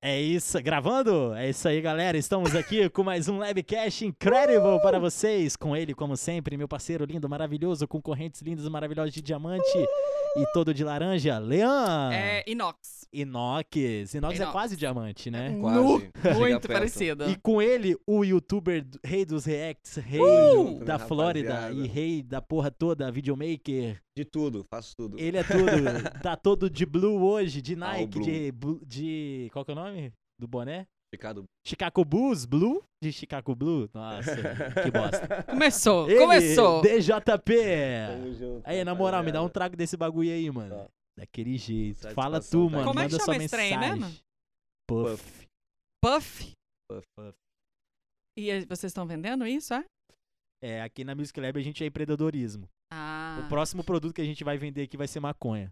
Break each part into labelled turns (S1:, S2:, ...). S1: É isso, gravando? É isso aí, galera. Estamos aqui com mais um Labcast Incredible para vocês. Com ele, como sempre, meu parceiro lindo, maravilhoso, com correntes lindas, maravilhosas de diamante e todo de laranja, Leão.
S2: É inox.
S1: Inox. Inox é
S2: Inox.
S1: quase diamante, né?
S3: Quase.
S2: Nu.
S3: Chega
S2: Muito
S3: perto.
S2: parecida.
S1: E com ele, o youtuber do- rei dos reacts, rei
S3: Uh!
S1: da
S3: Rapaziada.
S1: Flórida e rei da porra toda, videomaker.
S3: De tudo, faço tudo.
S1: Ele é tudo. tá todo de blue hoje, de Nike,
S3: Tá blue.
S1: de, blu- de. Qual que é o nome? Do boné?
S3: Ricardo.
S1: Chicago Bulls, Blue? De Chicago Blue? Nossa, que bosta.
S2: Começou,
S1: Ele,
S2: começou.
S1: DJP!
S3: Tamo junto,
S1: Aí, na moral, me dá um
S3: rapaziada.
S1: trago desse bagulho aí, mano.
S3: Tá.
S1: Daquele jeito.
S3: Satisfação,
S1: Fala tu,
S3: tá?
S1: mano.
S2: Como é que
S1: manda sua
S2: chama esse trem
S1: mensagem.
S2: mesmo?
S1: Puff.
S2: Puff.
S3: Puff,
S2: E aí, vocês estão vendendo isso, é?
S1: É, aqui na Music Lab a gente é empreendedorismo.
S2: Ah.
S1: O próximo produto que a gente vai vender aqui vai ser maconha.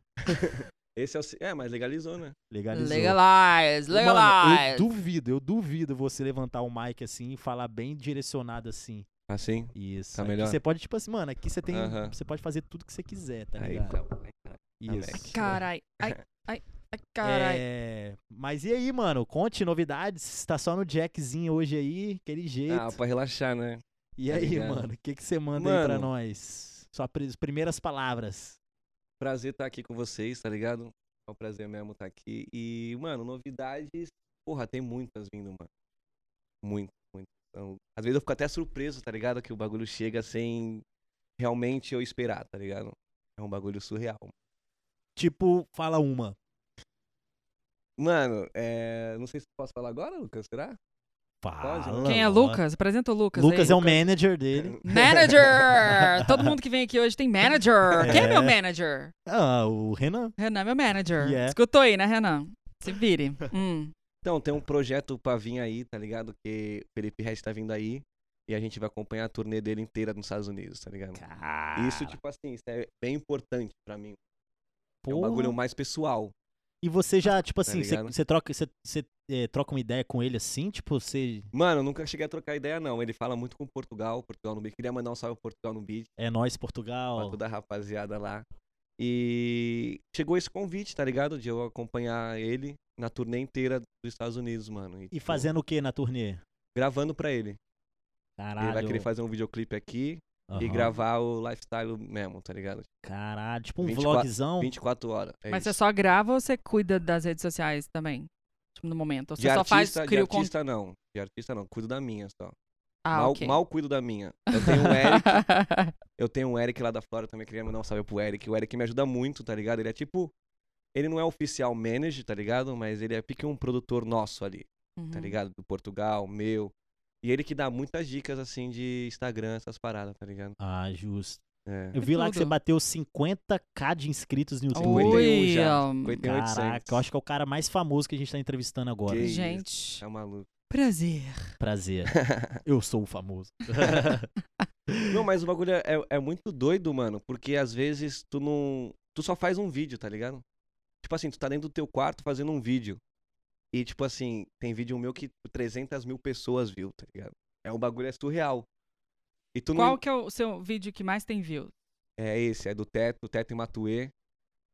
S3: Esse é o. ci- É, mas legalizou, né?
S1: Legalizou.
S2: Legalize,
S1: Mano, eu
S2: legalize.
S1: duvido, eu duvido você levantar o mic assim e falar bem direcionado assim.
S3: Assim.
S1: Isso.
S3: Tá
S1: Aqui
S3: melhor?
S1: Você pode, tipo assim, mano, aqui você tem.
S3: Aham.
S1: Você pode fazer tudo que você quiser, tá
S3: Aí,
S1: ligado?
S3: então. aí, então.
S1: Isso.
S3: Mac.
S2: Carai. Ai, ai, ai, carai.
S1: É, Mas e aí, mano? Conte novidades. Tá só no Jackzinho hoje aí, aquele jeito.
S3: Ah, pra relaxar, né?
S1: e
S3: tá
S1: aí,
S3: ligado.
S1: mano? O que, que você manda aí pra
S3: Mano.
S1: nós? Só as primeiras palavras.
S3: Prazer estar aqui com vocês, tá ligado? É um prazer mesmo estar aqui. E, mano, novidades. Porra, tem muitas vindo, mano. Muito, muito. Então, às vezes eu fico até surpreso, tá ligado? Que o bagulho chega sem realmente eu esperar, tá ligado? É um bagulho surreal.
S1: Tipo, fala uma.
S3: Mano, é... não sei se eu posso falar agora, Lucas, será?
S1: Fala.
S3: Pode, né?
S2: Quem é
S1: mano.
S2: Lucas? Apresenta o Lucas.
S1: Lucas
S2: aí,
S3: um
S1: é o manager dele.
S2: Manager! Todo mundo que vem aqui hoje tem manager. Quem é meu
S1: É.
S2: manager?
S1: Ah, o Renan.
S2: Renan é meu manager.
S1: Yeah.
S2: Escutou aí, né, Renan? Se vire. Hum.
S3: Então, tem um projeto pra vir aí, tá ligado? Que o Felipe Red tá vindo aí. E a gente vai acompanhar a turnê dele inteira nos Estados Unidos, tá ligado? Isso, tipo assim, isso é bem importante pra mim. É um
S1: Porra.
S3: bagulho mais pessoal.
S1: E você já, tipo assim, você
S3: ligado?
S1: você troca, você- você, é, troca uma ideia com ele assim? Tipo, você.
S3: Mano, eu nunca cheguei a trocar ideia, não. Ele fala muito com Portugal, Portugal no Beat. Queria mandar um salve pro Portugal no Beat,
S1: É nós,
S3: pra
S1: Portugal.
S3: toda a rapaziada lá. E chegou esse convite, tá ligado? De eu acompanhar ele na turnê inteira dos Estados Unidos, mano.
S1: E
S3: tipo,
S1: fazendo o que na turnê?
S3: Gravando pra ele.
S1: Caralho.
S3: Ele vai querer fazer um videoclipe aqui e
S1: Aham.
S3: gravar o lifestyle mesmo, tá ligado?
S1: Caralho, tipo um
S3: 24
S1: vlogzão.
S3: 24 horas. é
S2: Mas você
S3: isso.
S2: só grava ou você cuida das redes sociais também? Tipo, no momento. Ou você
S3: de
S2: só
S3: artista,
S2: faz,
S3: de
S2: cria o conteúdo.
S3: artista não. De artista não, cuido da minha só.
S2: Ah,
S3: mal,
S2: ok.
S3: mal cuido da minha. Eu tenho um Eric, eu tenho um Eric lá da Flora também, queria mandar um salve pro Eric. O Eric me ajuda muito, tá ligado? Ele é tipo. Ele não é oficial manager, tá ligado? Mas ele é pique um produtor nosso ali,
S2: Uhum.
S3: tá ligado? Do Portugal, meu. E ele que dá muitas dicas assim de Instagram, essas paradas, tá ligado?
S1: Ah, justo.
S3: É.
S1: Eu vi lá que você
S2: tudo.
S1: bateu 50k de inscritos no YouTube.
S3: Oi, 51
S2: Ui,
S3: já.
S2: ó,
S3: 58
S1: Caraca, eu acho que é o cara mais famoso que a gente tá entrevistando agora.
S3: Que
S2: gente,
S3: É maluco.
S2: prazer.
S1: Prazer. Eu sou o famoso.
S3: Não, mas o bagulho é, é muito doido, mano, porque às vezes tu não. Tu só faz um vídeo, tá ligado? Tipo assim, tu tá dentro do teu quarto fazendo um vídeo. E, tipo assim, tem vídeo meu que 300 mil pessoas viu, tá ligado? É um bagulho é surreal. E tu
S2: Qual
S3: não.
S2: que é o seu vídeo que mais tem views?
S3: É esse, é do teto, teto e Matuê.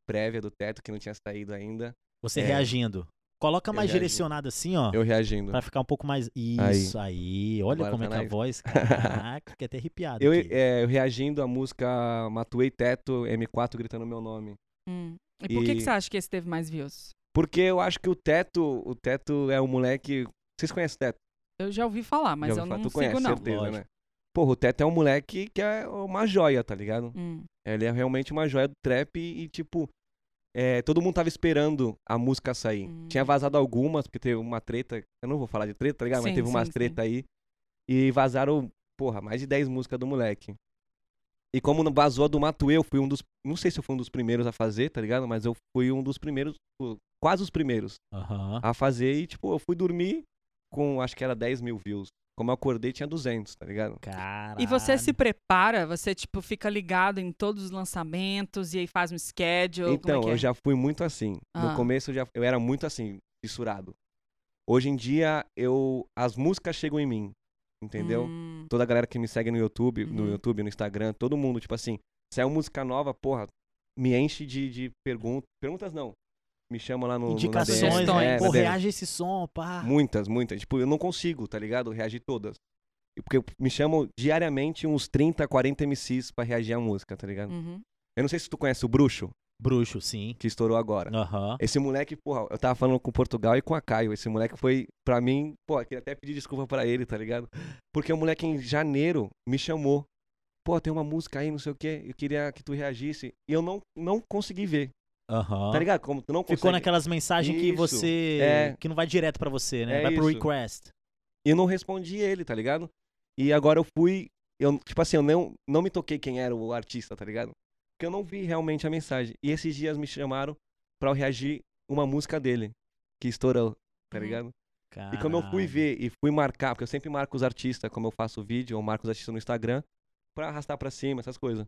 S3: Prévia do teto, que não tinha saído ainda.
S1: Você
S3: É.
S1: reagindo. Coloca
S3: Eu
S1: mais
S3: reagindo.
S1: direcionado assim, ó.
S3: Eu reagindo.
S1: Pra ficar um pouco mais. Isso aí. Olha
S3: Agora
S1: como
S3: tá
S1: é que a
S3: na-
S1: voz. Caraca, fiquei até arrepiado.
S3: Eu,
S1: aqui.
S3: é, eu reagindo à música Matuei Teto, M4 gritando meu nome.
S2: Hum. E por que, que
S3: E-
S2: você acha que esse teve mais views?
S3: Porque eu acho que o teto, o teto é um moleque. Vocês conhecem o teto?
S2: Eu já ouvi falar, mas
S3: Já
S2: eu
S3: ouvi falar,
S2: não
S3: tu
S2: sigo
S3: conhece,
S2: não.
S3: certeza,
S1: Lógico.
S3: né? Porra, o Teto é um moleque que é uma joia, tá ligado?
S2: Hum.
S3: Ele é realmente uma joia do trap e, tipo, é, todo mundo tava esperando a música sair.
S2: Hum.
S3: Tinha vazado algumas, porque teve uma treta. Eu não vou falar de treta, tá ligado? Mas
S2: Sim,
S3: teve umas
S2: sim,
S3: treta aí. E vazaram, porra, mais de 10 músicas do moleque. E como não vazou a do Matuê, eu fui um dos. Não sei se eu fui um dos primeiros a fazer, tá ligado? Mas eu fui um dos primeiros, o- quase os primeiros
S1: Aham.
S3: a fazer. E, tipo, eu fui dormir com, acho que era 10 mil views. Como eu acordei, tinha 200, tá ligado?
S1: Caralho.
S2: E você se prepara? Você, tipo, fica ligado em todos os lançamentos e aí faz um schedule? como
S3: então,
S2: é que
S3: eu
S2: é?
S3: já fui muito assim.
S2: Ah.
S3: No começo, eu, já, eu era muito assim, fissurado. Hoje em dia, eu as músicas chegam em mim, entendeu?
S2: Hum.
S3: Toda a galera que me segue no YouTube, no
S2: Uhum.
S3: YouTube, no Instagram, todo mundo, tipo assim, saiu música nova, porra, me enche de, de perguntas. Perguntas não. me chamam lá no. no- na DM,
S1: Indicações,
S2: Sugestões.
S1: né?
S3: é,
S1: Pô,
S3: na DM.
S1: reage esse som, pá.
S3: Muitas, muitas. Tipo, eu não consigo, tá ligado? Reagir todas. E Porque eu- me chamam diariamente uns 30, 40 MCs pra reagir à música, tá ligado?
S2: Uhum.
S3: Eu não sei se tu conhece o Bruxo,
S1: Bruxo, sim.
S3: que estourou agora.
S1: Aham.
S3: Esse moleque, porra, eu tava falando com o Portugal e com a Caio. Esse moleque foi, pra mim, pô, eu queria até pedir desculpa pra ele, tá ligado? Porque o moleque em janeiro me chamou. Pô, tem uma música aí, não sei o quê, eu queria que tu reagisse. E eu não, não consegui ver,
S1: Aham.
S3: tá ligado? Como tu não consegue.
S1: Ficou naquelas mensagens que
S3: Isso,
S1: você.
S3: é.
S1: Que não vai direto pra você, né?
S3: É
S1: vai pro
S3: isso.
S1: request.
S3: E eu não respondi ele, tá ligado? E agora eu fui. Eu, tipo assim, eu não, não me toquei quem era o artista, tá ligado? Porque eu não vi realmente a mensagem. E esses dias me chamaram pra eu reagir uma música dele, que estourou, tá
S2: Uhum.
S3: ligado? E como eu fui
S1: Caralho.
S3: ver e fui marcar, porque eu sempre marco os artistas, como eu faço vídeo, eu marco os artistas no Instagram, pra arrastar pra cima, essas coisas.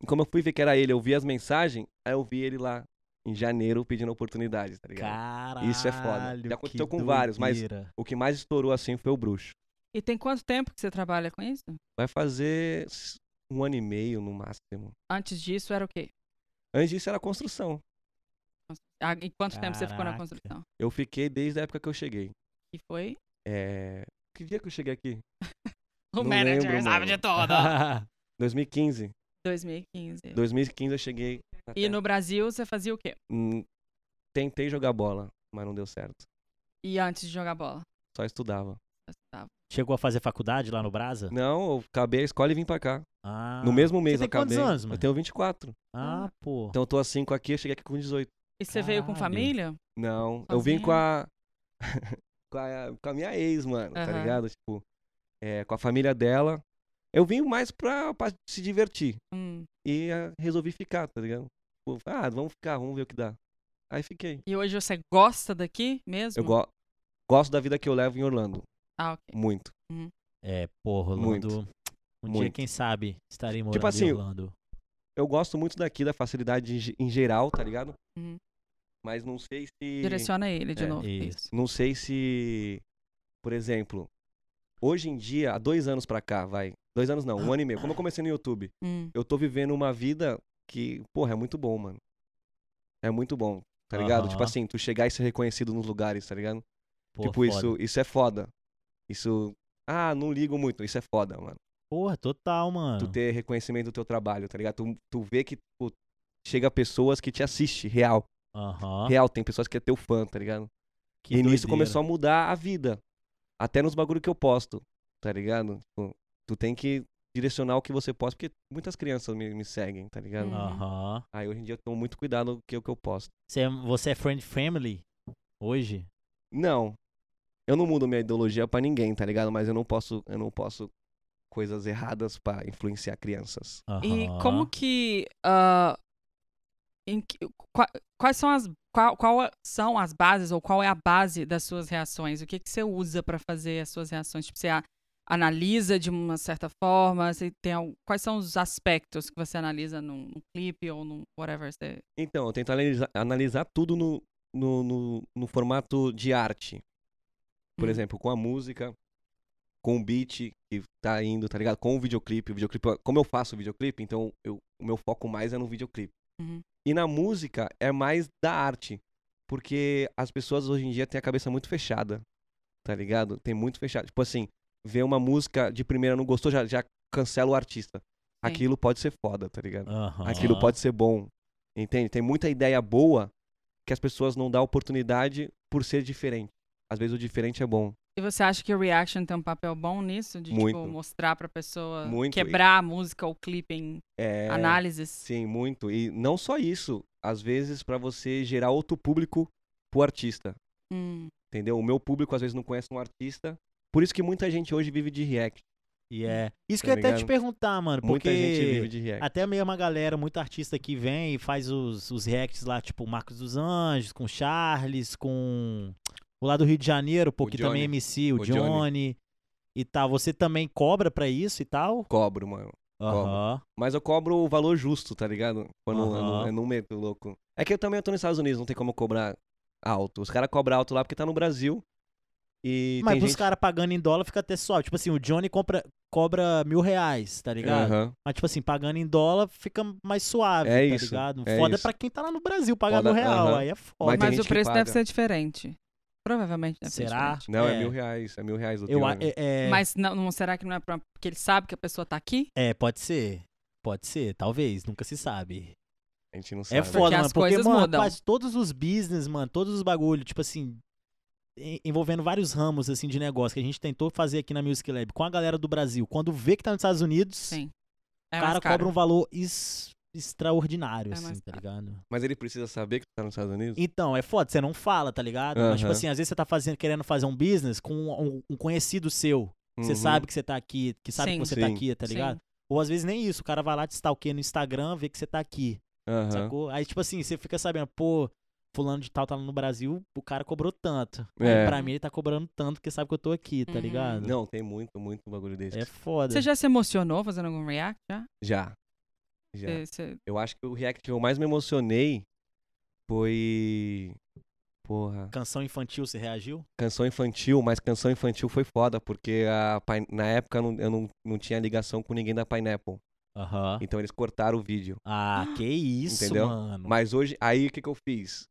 S3: E como eu fui ver que era ele, eu vi as mensagens, aí eu vi ele lá em janeiro pedindo oportunidades, tá ligado?
S1: Caralho.
S3: Isso é foda. Já
S1: que
S3: aconteceu com vários, mas-
S1: doideira.
S3: O que mais estourou assim foi o Bruxo.
S2: E tem quanto tempo que você trabalha com isso?
S3: Vai fazer s- um ano e meio no máximo.
S2: Antes disso era o quê?
S3: Antes disso era construção.
S2: Ah, E quanto tempo você ficou na
S1: Caraca.
S2: construção?
S3: Eu fiquei desde a época que eu cheguei.
S2: E foi?
S3: É... Que dia que eu cheguei aqui?
S2: O
S3: Não
S2: manager
S3: lembro,
S2: sabe
S3: mano.
S2: de tudo.
S3: 2015.
S2: 2015.
S3: 2015 eu cheguei. na
S2: E
S3: Terra.
S2: no Brasil você fazia o quê?
S3: Hum, Tentei jogar bola, mas não deu certo.
S2: E antes de jogar bola?
S3: Só estudava.
S2: Você tava-
S1: Chegou a fazer faculdade lá no Brasa?
S3: Não, eu acabei a escola e vim pra cá.
S1: Tá. Ah.
S3: no mesmo mês
S1: Você
S3: eu
S1: tem quantos
S3: acabei.
S1: anos, mano?
S3: eu tenho 24.
S1: Ah, pô.
S3: Então eu tô há 5 aqui, eu cheguei aqui com 18.
S2: E você veio com
S1: Caralho.
S2: família?
S3: Não, eu vim
S2: Sozinho?
S3: com a... com a. com a minha ex, mano, tá
S2: Aham.
S3: ligado? Tipo, é, com a família dela. Eu vim mais pra, pra se divertir.
S2: Hum.
S3: E ah, resolvi ficar, tá ligado? Tipo, ah, vamos ficar, vamos ver o que dá. Aí fiquei.
S2: E hoje você gosta daqui mesmo?
S3: Eu go gosto da vida que eu levo em Orlando.
S2: Ah, ok.
S3: Muito.
S1: É, porra,
S3: Muito.
S1: Orlando. Um dia,
S3: Muito.
S1: quem sabe, estarei morando
S3: assim,
S1: em Orlando.
S3: Eu gosto muito daqui, da facilidade em ge- em geral, tá ligado?
S2: Uhum.
S3: Mas não sei se.
S2: Direciona ele de
S3: É,
S2: novo.
S1: isso.
S2: Isso.
S3: Não sei se, por exemplo, hoje em dia, há dois anos pra cá, vai. Dois anos não, um ano e meio. Quando eu comecei no YouTube,
S2: Hum.
S3: eu tô vivendo uma vida que, porra, é muito bom, mano. É muito bom, tá ligado?
S1: Aham.
S3: Tipo assim, tu chegar e ser reconhecido nos lugares, tá ligado?
S1: Pô,
S3: tipo,
S1: foda.
S3: isso, isso é foda. Isso. Ah, não ligo muito. Isso é foda, mano.
S1: Porra, total, mano.
S3: Tu ter reconhecimento do teu trabalho, tá ligado? Tu, tu vê que tipo, chega pessoas que te assistem, real.
S1: Aham.
S3: Real, tem pessoas que é teu fã, tá ligado?
S1: Que
S3: e nisso
S1: doideira.
S3: começou a mudar a vida. Até nos bagulho que eu posto, tá ligado? Tipo, tu tem que direcionar o que você posta, porque muitas crianças me, me seguem, tá ligado?
S2: Uhum.
S1: Aham.
S3: Aí hoje em dia eu tomo muito cuidado com o que, o que eu posto.
S1: Você é- Você é friend family hoje?
S3: Não. Eu não mudo minha ideologia pra ninguém, tá ligado? Mas eu não posso, eu não posso coisas erradas pra influenciar crianças.
S2: E
S1: Aham.
S2: como que. ah, em que- qua- quais são as. Qual, qual são as bases ou qual é a base das suas reações? O que, que você usa pra fazer as suas reações? Tipo, você a- analisa de uma certa forma? Você tem al- quais são os aspectos que você analisa num, num clipe ou num whatever? Você...
S3: Então, eu tento analisar, analisar tudo no, no, no, no formato de arte. Por
S2: Hum.
S3: exemplo, com a música, com o beat que tá indo, tá ligado? Com o videoclipe. O videoclipe como eu faço o videoclipe, então eu, o meu foco mais é no videoclipe.
S2: Uhum.
S3: E na música é mais da arte. Porque as pessoas hoje em dia têm a cabeça muito fechada, tá ligado? Tem muito fechado. Tipo assim, vê uma música de primeira não gostou, já, já cancela o artista. Aquilo pode ser foda, tá ligado?
S1: Aham.
S3: aquilo pode ser bom. Entende? Tem muita ideia boa que as pessoas não dão oportunidade por ser diferente. Às vezes o diferente é bom.
S2: E você acha que o reaction tem um papel bom nisso? De tipo,
S3: Muito.
S2: mostrar pra pessoa
S3: Muito, e-
S2: quebrar a música ou o clipe em
S3: É,
S2: análises?
S3: Sim, muito. E não só isso. Às vezes pra você gerar outro público pro artista.
S2: Hum,
S3: Entendeu? O meu público às vezes não conhece um artista. Por isso que muita gente hoje vive de react.
S1: E é. Isso que
S3: Tá
S1: eu ia até te
S3: ligado?
S1: perguntar, mano.
S3: Muita
S1: porque
S3: gente vive de react.
S1: Até mesmo uma galera, muito artista que vem e faz os, os reacts lá, tipo o Marcos dos Anjos, com o Charles, com o lá do Rio de Janeiro, pô,
S3: O
S1: que também é
S3: Johnny.
S1: MC, o,
S3: O
S1: Johnny.
S3: Johnny.
S1: e tal. Você também cobra pra isso e tal?
S3: Cobro, mano.
S1: Aham.
S3: Mas eu cobro o valor justo, tá ligado? Quando eu, não,
S1: Aham.
S3: eu não meto louco. É que eu também tô nos Estados Unidos, não tem como cobrar alto. Os caras cobram alto lá porque tá no Brasil. E
S1: Mas
S3: tem
S1: pros
S3: gente...
S1: caras pagando em dólar fica até suave. Tipo assim, o Johnny compra, cobra mil reais, tá ligado?
S3: Aham.
S1: Mas, tipo assim, pagando em dólar fica mais suave,
S3: É
S1: tá
S3: isso,
S1: ligado?
S3: é
S1: foda
S3: isso.
S1: pra quem tá lá no Brasil pagar
S3: Foda-
S1: mil real.
S3: aham.
S1: Aí é
S3: Mas
S1: foda.
S3: tem
S2: Mas
S3: gente
S2: o
S3: que
S2: preço deve
S3: paga.
S2: ser diferente. Provavelmente deve ser
S1: Será?
S2: diferente.
S3: Não, é.
S1: É.
S3: mil reais. É mil reais o
S1: Eu, a-
S3: Johnny.
S1: é, é-
S2: Mas não, não será que não é pra, porque ele sabe que a pessoa tá aqui?
S1: é, pode ser. Pode ser, talvez, nunca se sabe.
S3: A gente não sabe.
S1: É foda, mano.
S2: as
S1: Porque,
S2: coisas
S1: mano,
S2: mudam.
S1: rapaz, todos os business, mano, todos os bagulho, tipo assim, en- envolvendo vários ramos, assim, de negócio que a gente tentou fazer aqui na Music Lab com a galera do Brasil. Quando vê que tá nos Estados Unidos,
S2: Sim.
S1: o
S2: É mais
S1: cara
S2: caro.
S1: cobra um valor es- extraordinário,
S2: É
S1: assim,
S2: mais
S1: tá
S2: caro.
S1: ligado?
S3: Mas ele precisa saber que tu tá nos Estados Unidos?
S1: Então, é foda, você não fala, tá ligado? Mas, tipo
S3: Aham.
S1: assim, às vezes você tá fazendo, querendo fazer um business com um, um conhecido seu. que Você
S3: Uhum.
S1: sabe que você tá aqui, que sabe
S2: Sim.
S1: que você tá
S3: Sim.
S1: aqui, tá
S2: Sim.
S1: ligado? Ou às vezes nem isso, o cara vai lá te stalkear no Instagram, vê que você tá aqui,
S3: Aham.
S1: sacou? Aí, tipo assim, você fica sabendo, pô, fulano de tal tá lá no Brasil, o cara cobrou tanto. Aí,
S3: É.
S1: pra mim, ele tá cobrando tanto porque sabe que eu tô aqui, tá
S2: Uhum.
S1: ligado?
S3: Não, tem muito, muito bagulho desse.
S1: É foda.
S2: Você já se emocionou fazendo algum react? Já?
S3: Já. Já.
S2: Você- você-
S3: Eu acho que o react que eu mais me emocionei foi. Porra.
S1: Canção infantil, você reagiu?
S3: Canção infantil, mas canção infantil foi foda, porque a Pine- na época eu não, eu não, não tinha ligação com ninguém da Pineapple.
S1: Aham.
S3: Então eles cortaram o vídeo.
S1: Ah, que isso,
S3: Entendeu?
S1: mano.
S3: Mas hoje, aí o que, que eu fiz?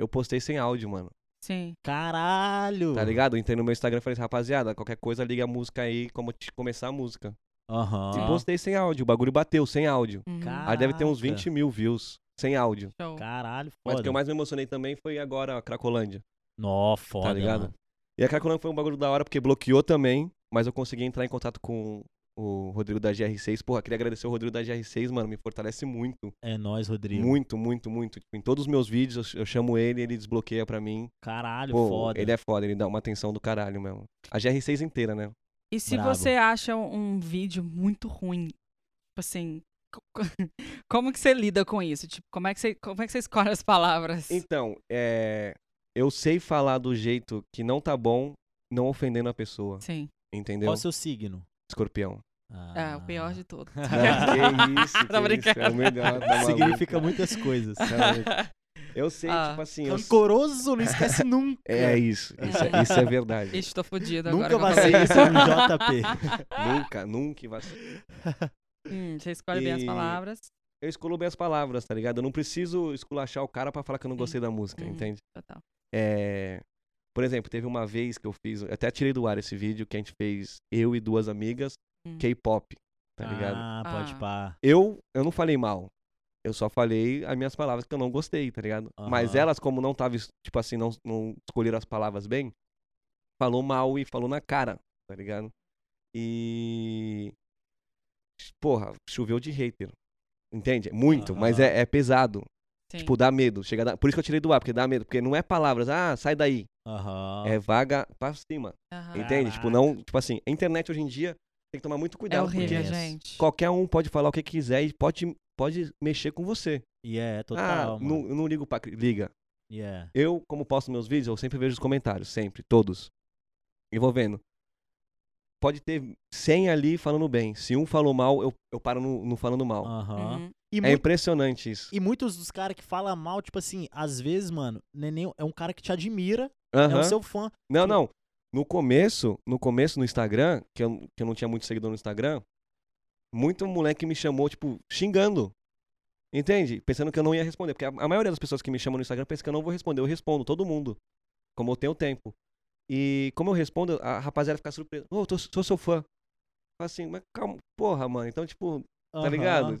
S3: Eu postei sem áudio, mano.
S2: Sim.
S1: Caralho.
S3: Tá ligado? Eu entrei no meu Instagram e falei assim, rapaziada, qualquer coisa liga a música aí, como te começar a música.
S1: Aham.
S3: E postei sem áudio, o bagulho bateu, sem áudio.
S2: Uhum.
S1: Cara,
S3: Aí deve ter uns
S1: Caraca.
S3: 20 mil views, sem áudio.
S2: Show.
S1: Caralho,
S3: Mas
S1: foda.
S3: o que eu mais me emocionei também foi agora a Cracolândia.
S1: Nó, foda,
S3: tá ligado?
S1: mano.
S3: E a Cracolândia foi um bagulho da hora, porque bloqueou também, mas eu consegui entrar em contato com o Rodrigo da GR6. Porra, queria agradecer o Rodrigo da GR6, mano, me fortalece muito.
S1: É nóis, Rodrigo.
S3: Muito, muito, muito. Tipo, em todos os meus vídeos eu, eu chamo ele, ele desbloqueia pra mim.
S1: Caralho,
S3: Pô,
S1: foda.
S3: ele é foda, ele dá uma atenção do caralho mesmo. A GR6 inteira, né?
S2: E se
S1: Brabo.
S2: você acha um vídeo muito ruim, tipo assim, co- como que você lida com isso? Tipo, como é que você, como é que você escolhe as palavras?
S3: Então, é, eu sei falar do jeito que não tá bom, não ofendendo a pessoa,
S2: Sim.
S3: entendeu?
S1: Qual o seu signo?
S3: Escorpião.
S2: É, o
S1: Ah.
S2: pior de tudo.
S3: que isso, que
S2: Tá brincando.
S3: isso, é o melhor, tá maluco.
S1: Significa muitas coisas.
S3: Tá maluco. Eu sei,
S2: Ah.
S3: tipo assim... Eu...
S1: Rancoroso, não esquece nunca.
S3: É isso, isso, é- isso é verdade.
S2: Ixi, tô fudido agora.
S1: Nunca
S2: que eu
S1: vai ser
S2: falei.
S1: isso no JP.
S3: nunca, nunca vai ser.
S2: Hum, você escolhe bem as
S3: E-
S2: palavras.
S3: Eu escolho bem as palavras, tá ligado? Eu não preciso esculachar o cara pra falar que eu não gostei da música,
S2: Hum.
S3: entende?
S2: Total.
S3: É, Por exemplo, teve uma vez que eu fiz, eu até tirei do ar esse vídeo que a gente fez, eu e duas amigas,
S2: Hum.
S3: K-pop, tá ligado?
S1: Ah, pode
S2: Ah.
S1: pá.
S3: Eu, eu não falei mal. Eu só falei as minhas palavras que eu não gostei, tá ligado? Mas
S1: Aham.
S3: elas, como não tava, es- tipo assim, não, não escolheram as palavras bem, falou mal e falou na cara, tá ligado? E. Porra, choveu de hater. Entende? Muito, mas
S1: Aham.
S3: é, é pesado.
S2: Sim.
S3: Tipo, dá medo. Chega a dar- Por isso que eu tirei do ar, porque dá medo. Porque não é palavras, ah, sai daí.
S1: Aham.
S3: É vaga pra cima.
S2: Aham.
S1: Ele
S3: Entende? Tipo,
S1: Caraca.
S3: não. Tipo assim, a internet hoje em dia tem que tomar muito
S2: É
S3: cuidado. porque
S2: horrível,
S1: isso.
S2: gente.
S3: qualquer um pode falar o que quiser e pode, pode mexer com você.
S1: E é,
S3: ah,
S1: total,
S3: não,
S1: mano.
S3: eu não ligo pra. cri- Liga.
S1: E é.
S3: Eu, como posto meus vídeos, eu sempre vejo os comentários, sempre, todos. E vou vendo. Pode ter 100 ali falando bem. Se um falou mal, eu, eu paro no, no falando mal.
S1: Aham.
S2: Uhum.
S1: Ah. E
S3: é
S1: muito
S3: impressionante isso.
S1: E muitos dos caras que falam mal, tipo assim, às vezes, mano, não é nem- é um cara que te admira, é
S3: Aham.
S1: um seu fã.
S3: Não, não. No começo, no começo no Instagram, que eu, que eu não tinha muito seguidor no Instagram, muito moleque me chamou, tipo, xingando. Entende? Pensando que eu não ia responder. Porque a, a maioria das pessoas que me chamam no Instagram pensa que eu não vou responder. Eu respondo, todo mundo. Como eu tenho tempo. E como eu respondo, a rapaziada fica surpresa. Ô, tô- sou seu fã. Fala assim, mas calma, porra, mano. Então, tipo, tá
S1: Aham.
S3: ligado?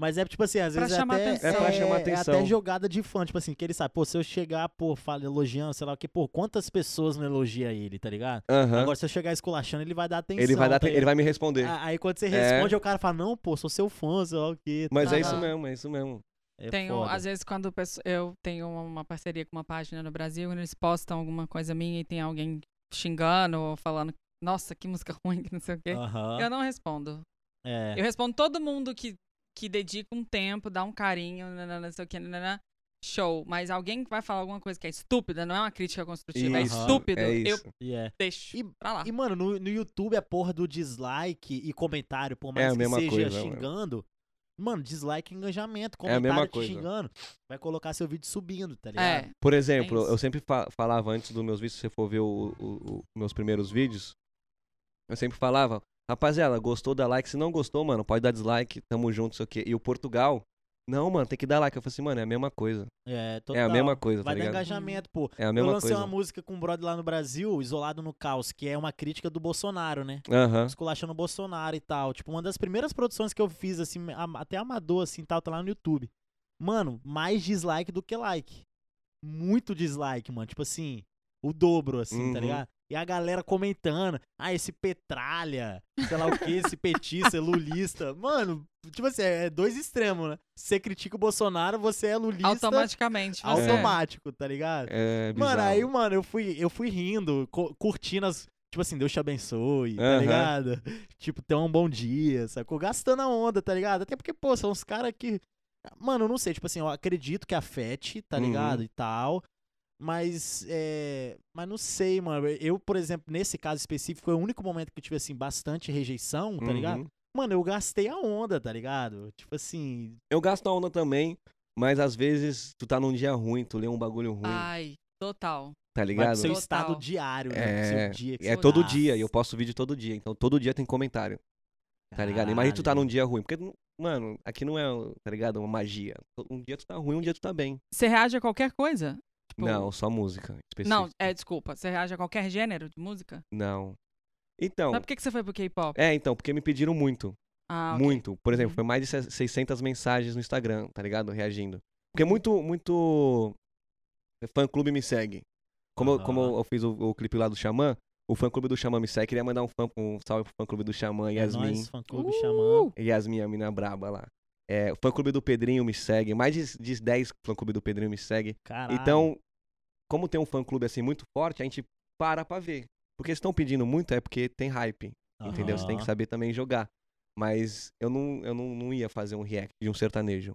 S1: Mas é tipo assim, às
S2: Pra
S1: vezes é
S2: chamar
S1: até,
S2: atenção. É pra
S3: chamar
S1: é
S3: atenção.
S1: até jogada de fã, tipo assim, que ele sabe, pô, se eu chegar, pô, fala, elogiando, sei lá o que, pô, quantas pessoas não elogia ele, tá ligado?
S3: Aham.
S1: Agora, se eu chegar esculachando, ele vai dar atenção.
S3: Ele vai dar,
S1: tá
S3: ele vai me responder.
S1: ligado? A- Aí quando você
S3: É.
S1: responde, o cara fala, não, pô, sou seu fã, sei lá o que.
S3: Mas é isso
S2: Aham.
S3: mesmo, é isso mesmo.
S1: É
S2: Tenho,
S1: foda.
S2: um às vezes, quando pesso- eu tenho uma- uma parceria com uma página no Brasil, quando eles postam alguma coisa minha e tem alguém xingando ou falando, nossa, que música ruim, que não sei o quê.
S1: Aham,
S2: Eu não respondo.
S1: é.
S2: Eu respondo todo mundo que, que dedica um tempo, dá um carinho, nanana, não sei o quê, nanana, show. Mas alguém que vai falar alguma coisa que é estúpida, não é uma crítica construtiva,
S1: Isso,
S2: é estúpido,
S3: é
S2: eu
S3: isso.
S1: e é.
S2: deixo
S1: E-
S2: pra lá.
S1: E, mano, no, no YouTube a porra do dislike e comentário, por mais
S3: É a
S1: que
S3: mesma
S1: seja
S3: coisa, mano.
S1: xingando. Mano, dislike é engajamento, comentário
S3: mesma
S1: te
S3: coisa.
S1: xingando. Vai colocar seu vídeo subindo, tá ligado?
S2: É.
S3: Por exemplo,
S2: isso.
S3: eu sempre fa- falava antes dos meus vídeos, se você for ver o- o- o- meus primeiros vídeos, eu sempre falava, rapaziada, gostou, dá like. Se não gostou, mano, pode dar dislike, tamo junto, isso aqui. E o Portugal, não, mano, tem que dar like. Eu falei assim, mano, é a mesma coisa.
S1: É,
S3: É a
S1: total.
S3: mesma coisa, tá
S1: Vai dar
S3: ligado?
S1: engajamento, pô.
S3: É a
S1: Eu
S3: mesma
S1: lancei
S3: coisa.
S1: uma música com um brother lá no Brasil, Isolado no Caos, que é uma crítica do Bolsonaro, né?
S3: Aham.
S1: Esculachando o Bolsonaro e tal. Tipo, uma das primeiras produções que eu fiz, assim, am- até amador, assim, tal, tá lá no YouTube. Mano, mais dislike do que like. Muito dislike, mano. Tipo assim, o dobro, assim, tá
S3: Uhum.
S1: ligado? E a galera comentando, ah, esse petralha, sei lá o que, esse petista, lulista. Mano, tipo assim, é dois extremos, né? Você critica o Bolsonaro, você é lulista
S2: Automaticamente. Você...
S1: automático, tá ligado?
S3: É bizarro.
S1: Mano, aí, mano, eu fui, eu fui rindo, co- curtindo as. Tipo assim, Deus te abençoe, tá
S3: Aham.
S1: ligado? Tipo, tenha um bom dia, sacou? Gastando a onda, tá ligado? Até porque, pô, são uns caras que. Mano, eu não sei, tipo assim, eu acredito que afete, tá
S3: Uhum.
S1: ligado? E tal. Mas, é. Mas não sei, mano. Eu, por exemplo, nesse caso específico, foi o único momento que eu tive, assim, bastante rejeição, tá ligado?
S3: Uhum.
S1: Mano, eu gastei a onda, tá ligado? Tipo assim.
S3: Eu gasto a onda também, mas às vezes tu tá num dia ruim, tu lê um bagulho ruim,
S2: Ai,
S1: Ah,
S2: total.
S3: tá
S1: Vai pro
S3: ligado?
S1: seu
S2: Total.
S1: estado diário, né? Pro seu dia que
S3: É
S1: você
S3: todo
S1: tá.
S3: dia, e eu posto vídeo todo dia, então todo dia tem comentário. Tá ligado? Imagina tu tá num dia ruim. Porque, não- mano, aqui não é, tá ligado? Uma magia. Um dia tu tá ruim, um dia tu tá bem.
S2: Você reage a qualquer coisa? Tipo,
S3: Não, só música.
S2: Não,
S3: Específica.
S2: é, desculpa. Você reage a qualquer gênero de música?
S3: Não. Então.
S2: Mas por que, que você foi pro K-pop?
S3: É, então, porque me pediram muito.
S2: Ah, ok.
S3: Muito. Por exemplo,
S2: Uhum.
S3: foi mais de se- 600 mensagens no Instagram, tá ligado? Reagindo. Porque muito, muito fã-clube me segue. Como, eu, como
S1: Aham.
S3: eu fiz o, o clipe lá do Xamã, o fã-clube do Xamã me segue. Queria mandar um, fã, um salve pro fã-clube do Xamã,
S1: É
S3: Yasmin.
S1: nóis, fã-clube chamando.
S2: Uh!
S3: Yasmin, a mina braba lá. É, o fã-clube do Pedrinho me segue. Mais de, de 10 fã-clube do Pedrinho me segue.
S1: Caralho.
S3: Então, como tem um fã-clube assim muito forte, a gente para pra ver. Porque se estão pedindo muito é porque tem hype, entendeu? Você tem que
S1: Aham.
S3: saber também jogar. Mas eu não, eu não, não ia fazer um react de um sertanejo.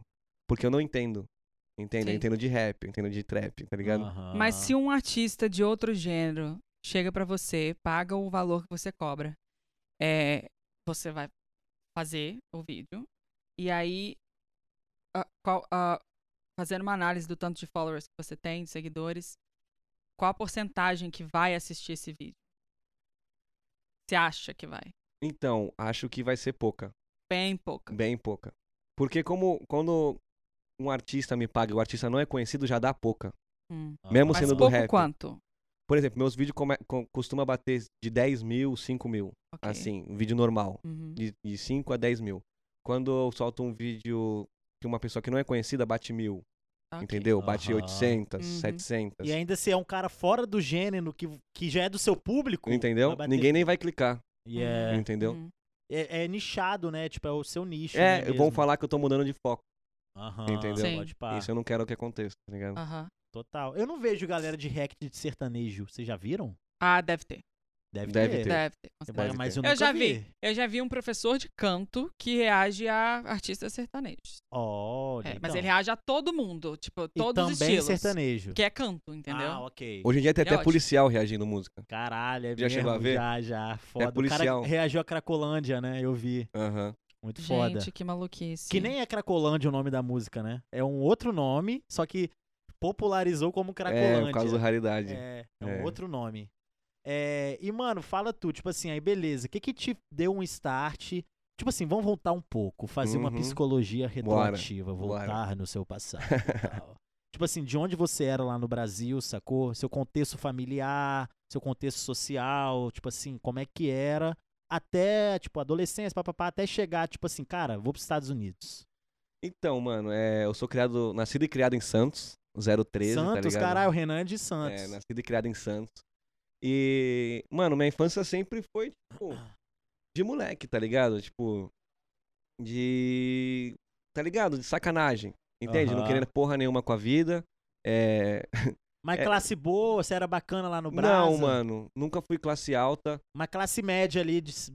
S3: Porque eu não entendo. Entende? Eu
S2: Sim.
S3: entendo de rap, eu entendo de trap, tá ligado?
S1: Aham.
S2: Mas se um artista de outro gênero chega pra você, paga o valor que você cobra, é, você vai fazer o vídeo e aí a- qual- a- fazendo uma análise do tanto de followers que você tem, de seguidores, qual a porcentagem que vai assistir esse vídeo? Você acha que vai?
S3: Então, acho que vai ser pouca.
S2: Bem pouca.
S3: Bem pouca. Porque como quando um artista me paga e o artista não é conhecido, já dá pouca.
S2: Hum.
S1: Aham.
S3: mesmo
S2: Mas
S3: sendo do
S2: pouco
S3: rap.
S2: quanto?
S3: Por exemplo, meus vídeos come, co- costuma bater de 10 mil, 5 mil.
S2: Ok.
S3: Assim, um vídeo normal.
S2: Uhum.
S3: De, de 5 a 10 mil. Quando eu solto um vídeo que uma pessoa que não é conhecida bate mil,
S2: Ok.
S3: entendeu? Bate
S1: Aham.
S3: 800,
S2: Uhum.
S3: 700.
S1: E ainda se é um cara fora do gênero, que, que já é do seu público.
S3: Entendeu?
S1: vai bater-
S3: Ninguém nem vai clicar,
S1: E é,
S3: entendeu?
S2: Uhum.
S1: é, é nichado, né? Tipo, é o seu nicho.
S3: É,
S1: né,
S3: vão
S1: mesmo.
S3: falar que eu tô mudando de foco.
S1: Aham,
S3: Entendeu? é
S2: Sim.
S1: Pode pá.
S3: Isso eu não quero que aconteça, tá ligado?
S2: Aham.
S1: Total. Eu não vejo galera de hack de sertanejo. Vocês já viram?
S2: Ah, deve ter.
S1: Deve,
S3: Deve ter. É
S2: Deve ter. com
S1: Você
S2: certeza.
S1: paga mais
S3: ter.
S1: um
S2: Eu já vi. Eu já vi um professor de canto que reage a artistas sertanejos.
S1: Olha.
S2: É, mas
S1: então.
S2: ele reage a todo mundo, tipo,
S1: E
S2: todos os
S1: também
S2: estilos.
S1: sertanejo.
S2: Que é canto, entendeu?
S1: Ah, ok.
S3: Hoje em dia tem
S2: É
S3: até
S2: ótimo.
S3: policial reagindo música.
S1: Caralho, é
S3: Já chegou
S1: mesmo,
S3: a ver? É
S1: Já, já. Foda. O
S3: policial.
S1: cara reagiu a Cracolândia, né? Eu vi.
S3: Aham.
S1: Muito foda.
S2: Gente, que maluquice.
S1: Que nem é Cracolândia o nome da música, né? É um outro nome, só que popularizou como
S3: É, por causa do
S1: Cracolândia.
S3: raridade.
S1: é, é um
S3: É.
S1: outro nome. É, e, mano, fala tu, tipo assim, aí beleza, o que que te deu um start? Tipo assim, vamos voltar um pouco, fazer uma
S3: Uhum.
S1: psicologia
S3: Bora,
S1: retroativa,
S3: bora.
S1: voltar no seu passado e tal. Tipo assim, de onde você era lá no Brasil, sacou? Seu contexto familiar, seu contexto social, tipo assim, como é que era? Até, tipo, adolescência, papapá, até chegar, tipo assim, cara, vou pros Estados Unidos.
S3: Então, mano, é, eu sou criado, nascido e criado em Santos, 013, tá
S1: Santos,
S3: ligado?
S1: caralho, o Renan é de Santos.
S3: É, nascido e criado em Santos. E, mano, minha infância sempre foi, tipo, de moleque, tá ligado? Tipo, de. tá ligado? De sacanagem. Entende? Não
S1: Aham.
S3: querendo porra nenhuma com a vida. É.
S1: Mas
S3: É.
S1: classe boa, você era bacana lá no Brasil?
S3: Não, mano, nunca fui classe alta.
S1: Uma classe média ali, de s-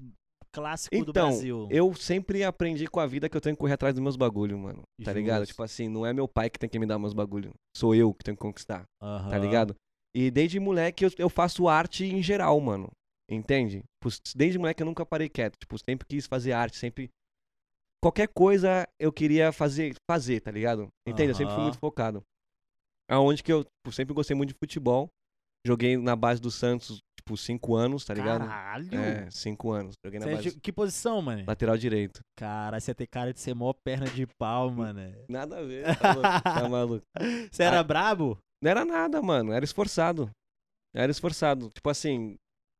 S1: clássico do
S3: Então,
S1: Brasil.
S3: Eu sempre aprendi com a vida que eu tenho que correr atrás dos meus bagulhos, mano. Tá ligado?
S1: Justo.
S3: Tipo assim, não é meu pai que tem que me dar meus bagulhos. Sou eu que tenho que conquistar. tá
S1: Aham.
S3: ligado? E desde moleque eu, eu faço arte em geral, mano. Entende? Tipo, s- Desde moleque eu nunca parei quieto. Tipo, sempre quis fazer arte, sempre qualquer coisa eu queria fazer, fazer, tá ligado? Entende? Eu sempre
S1: Aham.
S3: fui muito focado. Aonde que eu tipo, sempre gostei muito de futebol. Joguei na base do Santos, tipo, cinco anos, tá ligado?
S1: Caralho!
S3: É, cinco anos. Joguei na
S1: Você é
S3: base.
S1: de- que posição, mano?
S3: Lateral direito.
S1: Cara, você tem cara de ser mó perna de pau, mano.
S3: Nada a ver, tá louco? tá maluco.
S1: Você era
S3: Ah.
S1: brabo?
S3: Não era nada, mano. Era esforçado. Era esforçado. Tipo assim,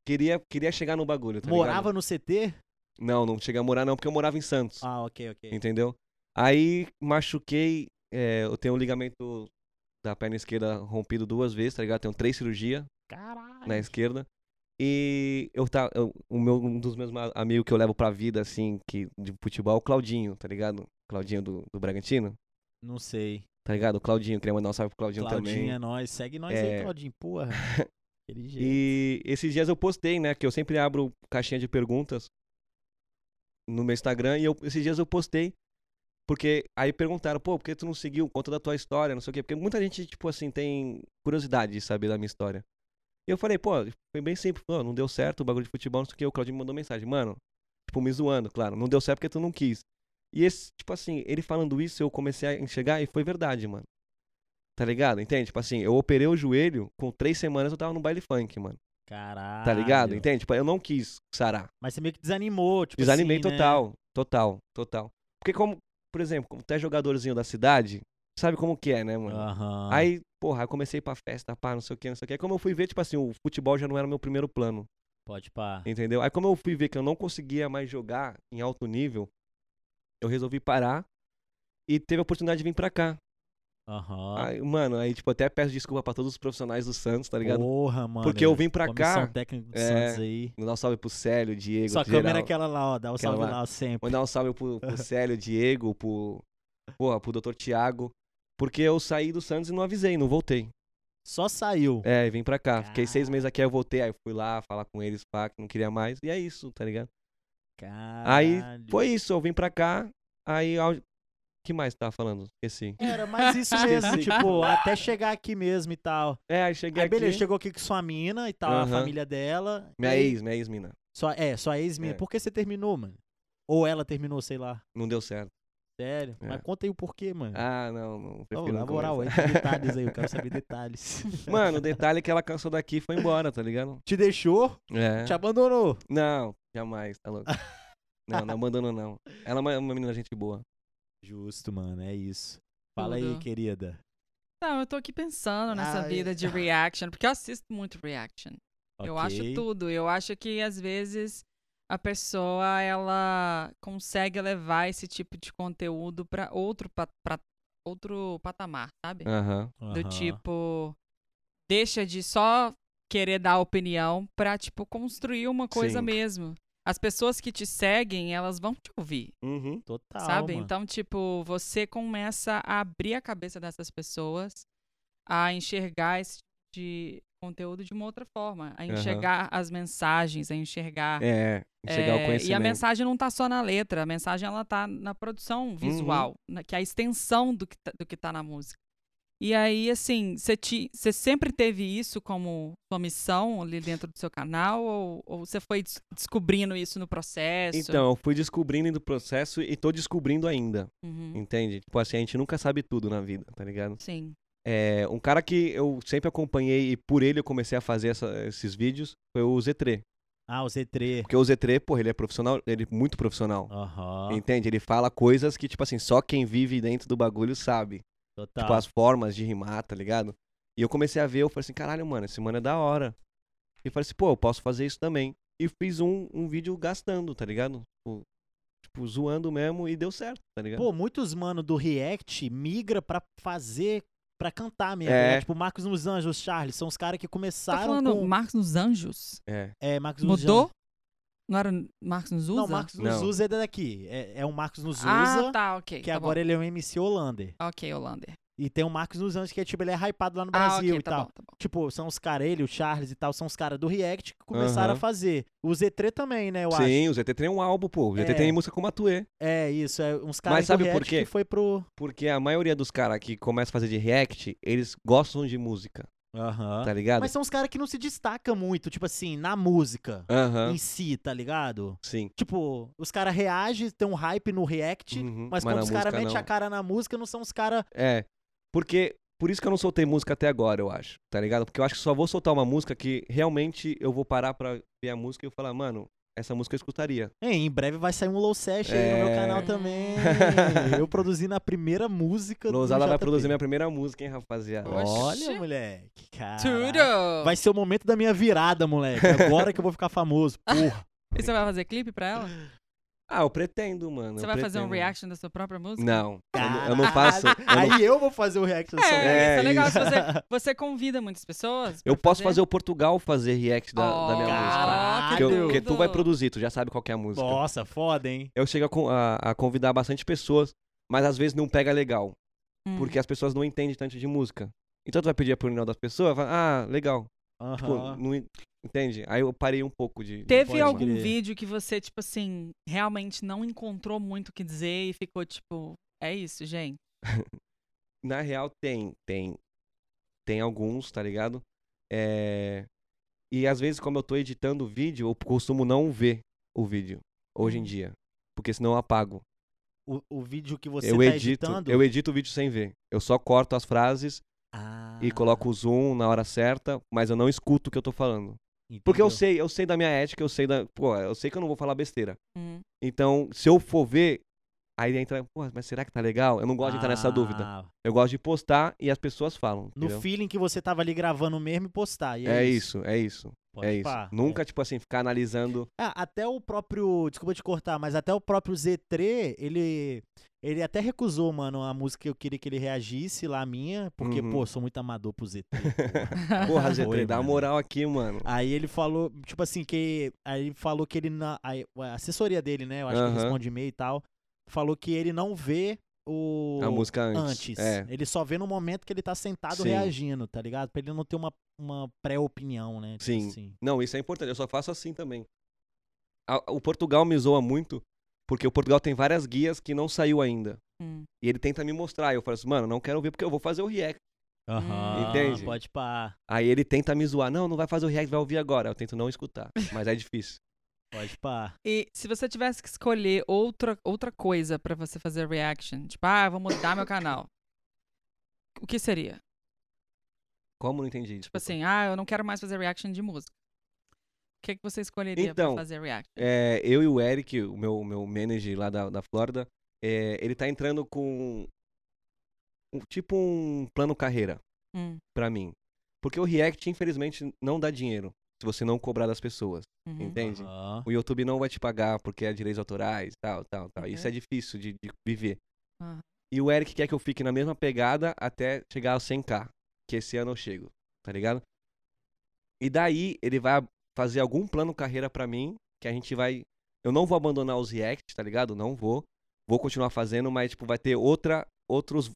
S3: queria, queria chegar no bagulho, tá ligado?
S1: Morava no CT?
S3: Não, não cheguei a morar não, porque eu morava em Santos.
S1: Ah, ok, ok.
S3: Entendeu? Aí machuquei, é, eu tenho um ligamento da perna esquerda rompido duas vezes, tá ligado? Tenho três cirurgias
S1: Caralho!
S3: na esquerda. E eu tá, eu- o meu, um dos meus ma- amigos que eu levo pra vida, assim, que, de futebol, o Claudinho, tá ligado? Claudinho do, do Bragantino,
S1: Não sei.
S3: tá ligado? O Claudinho, queria mandar um salve pro Claudinho, também.
S1: Claudinha, é nós. Segue nós aí,
S3: É.
S1: Claudinho. Porra. Aquele jeito.
S3: E esses dias eu postei, né? Que eu sempre abro caixinha de perguntas no meu Instagram. E eu- esses dias eu postei. Porque aí perguntaram, pô, por que tu não seguiu? Conta da tua história, não sei o quê. Porque muita gente, tipo assim, tem curiosidade de saber da minha história. E eu falei, pô, foi bem simples. Pô, não deu certo o bagulho de futebol, não sei o quê. O Claudinho me mandou mensagem, mano. Tipo, me zoando, claro. Não deu certo porque tu não quis. E esse, tipo assim, ele falando isso, eu comecei a enxergar e foi verdade, mano. Tá ligado? Entende? Tipo assim, eu operei o joelho, com três semanas eu tava no baile funk, mano.
S1: Caralho.
S3: Tá ligado? Entende? Tipo, eu não quis sarar.
S1: Mas você meio que desanimou, tipo
S3: Desanimei
S1: assim, né?
S3: total. Total, total. Porque como, por exemplo, como tu é jogadorzinho da cidade, sabe como que é, né, mano?
S1: Aham.
S3: Aí, porra, eu comecei pra festa, pá, não sei o que, não sei o que. Aí como eu fui ver, tipo assim, o futebol já não era meu primeiro plano,
S1: Pode pá.
S3: entendeu? Aí como eu fui ver que eu não conseguia mais jogar em alto nível, eu resolvi parar e teve a oportunidade de vir pra cá.
S1: Aham.
S3: Aí, mano, aí, tipo, até peço desculpa pra todos os profissionais do Santos, tá ligado?
S1: Porra, mano.
S3: Porque eu vim pra
S1: Comissão
S3: cá.
S1: técnica do
S3: é,
S1: Santos aí.
S3: Mandar um salve pro Célio, Diego,
S1: Sua
S3: geral.
S1: câmera é aquela lá, ó. Dá o
S3: Aquela
S1: salve
S3: lá.
S1: lá sempre.
S3: Mandar um salve pro, pro Célio, Diego, pro. Porra, pro Dr. Tiago. Porque eu saí do Santos e não avisei, não voltei.
S1: Só saiu.
S3: É, e vim pra cá. Fiquei seis
S1: Cara.
S3: meses aqui, aí eu voltei, aí eu fui lá falar com eles, pá, que não queria mais. E é isso, tá ligado? Aí
S1: Caralho.
S3: foi isso, eu vim pra cá, aí. ao- que mais tava falando? Esqueci.
S1: Era mais isso mesmo,
S3: Esqueci.
S1: tipo, até chegar aqui mesmo e tal.
S3: É, aí cheguei
S1: Aí beleza,
S3: aqui.
S1: chegou aqui com sua mina e tal, a
S3: Aham.
S1: família dela.
S3: Minha
S1: E-
S3: ex, minha ex-mina.
S1: Sua, é, sua ex-mina.
S3: É.
S1: Por que você terminou, mano? Ou ela terminou, sei lá.
S3: Não deu certo.
S1: Sério?
S3: É.
S1: Mas conta aí o porquê, mano.
S3: Ah, não, não.
S1: É. Ô,
S3: prefiro
S1: na
S3: não
S1: moral,
S3: conversar.
S1: entra em detalhes aí, eu quero saber detalhes.
S3: Mano, o detalhe é que ela cansou daqui e foi embora, tá ligado?
S1: Te deixou,
S3: É.
S1: te abandonou.
S3: Não, jamais, tá louco. não, não abandonou, não. Ela é uma, uma menina gente boa.
S1: Justo, mano, é isso. Fala aí,
S2: Tudo.
S1: querida.
S2: Não, eu tô aqui pensando nessa
S1: Ai.
S2: vida de reaction, porque eu assisto muito reaction. Eu acho
S1: Ok.
S2: tudo. Eu acho que às vezes a pessoa ela consegue levar esse tipo de conteúdo pra outro pa- pra outro patamar, sabe?
S3: Aham.
S2: Do
S1: Aham.
S2: tipo deixa de só querer dar opinião pra tipo construir uma coisa
S3: Sim.
S2: mesmo. As pessoas que te seguem, elas vão te ouvir
S3: Uhum.
S1: Total.
S2: sabe?
S1: mano.
S2: Então, tipo, você começa a abrir a cabeça dessas pessoas a enxergar esse tipo de conteúdo de uma outra forma, a
S3: Aham.
S2: enxergar as mensagens, a enxergar.
S3: É, chegar ao
S2: é,
S3: conhecimento.
S2: e a mensagem não tá só na letra, a mensagem ela tá na
S3: Uhum.
S2: produção visual, na- que é a extensão do que, tá, do que tá na música. E aí, assim, você te- você sempre teve isso como sua missão ali dentro do seu canal? Ou, ou você foi des- descobrindo isso no processo?
S3: Então, eu fui descobrindo do processo e tô descobrindo ainda,
S2: Uhum.
S3: entende? Tipo assim, a gente nunca sabe tudo na vida, tá ligado?
S2: Sim.
S3: É, um cara que eu sempre acompanhei e por ele eu comecei a fazer essa- esses vídeos foi o Z3.
S1: Ah, o Z3.
S3: Porque o Z3, porra, ele é profissional, ele é muito profissional.
S1: Aham.
S3: Entende? Ele fala coisas que, tipo assim, só quem vive dentro do bagulho sabe.
S1: Total.
S3: Tipo, as formas de rimar, tá ligado? E eu comecei a ver, eu falei assim, caralho, mano, esse mano é da hora. E eu falei assim, pô, eu posso fazer isso também. E fiz um, um vídeo gastando, tá ligado? Tipo, tipo, zoando mesmo e deu certo, tá ligado?
S1: Pô, muitos, mano, do React migra pra fazer, pra cantar mesmo.
S3: É.
S1: né? Tipo, Marcos nos Anjos, Charles, são os caras que
S2: Tá
S1: começaram
S2: falando
S1: com...
S2: Marcos nos Anjos?
S3: É.
S1: É, Marcos nos
S2: Mudou?
S1: Anjos.
S2: Não era Marcos nos Usa?
S1: Não, Marcos nos
S3: Não.
S1: Usa é daqui. É, é um Marcos nos Usa,
S2: Ah, tá, ok.
S1: que
S2: tá
S1: agora ele é um MC Holander.
S2: bom. Ok, Holander.
S1: E tem o Marcos nos Anjos, que é tipo, ele é hypado lá no
S2: Ah,
S1: Brasil
S2: ok,
S1: e
S2: tá
S1: tal.
S2: bom, tá bom.
S1: Tipo, são os caras, ele, o Charles e tal, são os caras do React que começaram a
S3: Aham.
S1: fazer. O Z3 também, né, eu acho.
S3: Sim, o ZT tem um álbum, pô. O ZT
S1: É.
S3: tem música com Matuê.
S1: É, isso, é uns caras
S3: Mas
S1: do
S3: sabe por
S1: React
S3: quê?
S1: que foi pro...
S3: Porque a maioria dos caras que começam a fazer de react, eles gostam de música.
S1: Aham.
S3: tá ligado?
S1: Mas são os caras que não se destacam muito, tipo assim, na música
S3: Aham,
S1: em si, tá ligado?
S3: sim.
S1: Tipo, os caras reagem, tem um hype no react,
S3: Uhum,
S1: mas,
S3: mas na
S1: quando os caras
S3: música,
S1: metem a
S3: não.
S1: cara na música, não são os caras.
S3: É. Porque. Por isso que eu não soltei música até agora, eu acho. Tá ligado? Porque eu acho que só vou soltar uma música que realmente eu vou parar pra ver a música e eu falar, mano, essa música eu escutaria.
S1: Em breve vai sair um Low Sesh aí no meu
S3: É.
S1: canal também. Eu produzi na primeira música do
S3: Lousada vai
S1: JP.
S3: produzir minha primeira música, hein, rapaziada?
S2: Oxe.
S1: Olha, moleque. Cara.
S2: Tudo!
S1: Vai ser o momento da minha virada, moleque. Agora que eu vou ficar famoso. Porra.
S2: E você vai fazer clipe pra ela?
S3: Ah, eu pretendo, mano.
S2: você
S3: eu
S2: vai fazer um
S3: pretendo.
S2: reaction da sua própria música?
S3: Não, eu não- eu não faço. Eu, não-
S1: Aí eu vou fazer o react dessa música.
S2: É,
S3: É,
S2: isso é legal.
S3: isso.
S2: se Você, você convida muitas pessoas.
S3: eu
S2: pra
S3: posso fazer o Portugal fazer react da, da minha música.
S1: Caraca,
S3: Porque, eu-
S1: tudo.
S3: porque tu vai produzir, tu já sabe qual que é a música.
S1: Nossa, foda, hein?
S3: Eu chego a con- a, a convidar bastante pessoas, mas às vezes não pega legal.
S2: Hum.
S3: Porque as pessoas não entendem tanto de música. Então tu vai pedir a opinião das pessoas, fala, ah, legal. Tipo,
S1: Aham.
S3: não en- entende? Aí eu parei um pouco de. de
S2: Teve
S3: fazer.
S1: pode
S2: algum
S1: crer.
S2: vídeo que você, tipo assim, realmente não encontrou muito o que dizer e ficou tipo, é isso, gente?
S3: Na real, tem, tem. Tem alguns, tá ligado? É... E às vezes, como eu tô editando o vídeo, eu costumo não ver o vídeo hoje em
S2: Hum.
S3: dia. Porque senão eu apago.
S1: O, o vídeo que você
S3: eu
S1: tá
S3: edito,
S1: editando.
S3: eu edito o vídeo sem ver. Eu só corto as frases
S1: Ah,
S3: e coloco o zoom na hora certa, mas eu não escuto o que eu tô falando. Porque eu
S1: entendeu.
S3: sei, eu sei da minha ética, eu sei da, pô, eu sei que eu não vou falar besteira.
S2: Hum.
S3: Então, se eu for ver, aí entra, pô, mas será que tá legal? Eu não gosto de entrar nessa dúvida.
S1: Ah,
S3: Eu gosto de postar e as pessoas falam,
S1: No
S3: entendeu?
S1: feeling que você tava ali gravando mesmo e postar. E é,
S3: é isso, é isso.
S1: Pode
S3: é isso.
S1: pá.
S3: Nunca, tipo assim, ficar analisando.
S1: Ah, até o próprio. Desculpa te cortar, mas até o próprio Z3, ele. Ele até recusou, mano, a música que eu queria que ele reagisse lá, a minha, porque,
S3: Uhum.
S1: pô, sou muito amador pro Z3. porra.
S3: Porra,
S1: Oi,
S3: Z3,
S1: mano.
S3: dá uma
S1: Ah,
S3: moral aqui, mano.
S1: aí ele falou, tipo assim, que. Aí ele falou que ele. Na, aí a assessoria dele, né? Eu acho que
S3: Aham.
S1: ele responde e-mail e tal. Falou que ele não vê o.
S3: A música
S1: antes.
S3: antes. É.
S1: Ele só vê no momento que ele tá sentado
S3: Sim.
S1: reagindo, tá ligado? Pra ele não ter uma, uma pré-opinião, né? Tipo
S3: Sim.
S1: assim.
S3: Não, isso é importante. Eu só faço assim também. A- o Portugal me zoa muito, porque o Portugal tem várias guias que não saiu ainda.
S2: Hum.
S3: E ele tenta me mostrar. Eu falo assim, mano, não quero ver porque eu vou fazer o react.
S1: Aham,
S3: Entende?
S1: Pode pá.
S3: Aí ele tenta me zoar. Não, não vai fazer o react, vai ouvir agora. Eu tento não escutar. Mas é difícil.
S1: Pode pá.
S2: E se você tivesse que escolher outra, outra coisa pra você fazer reaction, tipo, ah, eu vou mudar meu canal. O que seria?
S3: Como não entendi?
S2: Tipo assim, ah, eu não quero mais fazer reaction de música. O que, que você escolheria
S3: Então,
S2: pra fazer reaction?
S3: É, eu e o Eric, o meu, o meu manager lá da, da Flórida, é, ele tá entrando com um- tipo um plano carreira
S2: Hum,
S3: pra mim. Porque o React, infelizmente, não dá dinheiro se você não cobrar das pessoas,
S2: uhum.
S3: entende?
S1: Aham.
S3: O YouTube não vai te pagar porque é direitos autorais, tal, tal, tal. Isso é Ah. difícil de, de viver.
S2: Aham.
S3: E o Eric quer que eu fique na mesma pegada até chegar aos 100k, que esse ano eu chego, tá ligado? E daí ele vai fazer algum plano carreira pra mim, que a gente vai. Eu não vou abandonar os React, tá ligado? Não vou. Vou continuar fazendo, mas tipo vai ter outra, outros,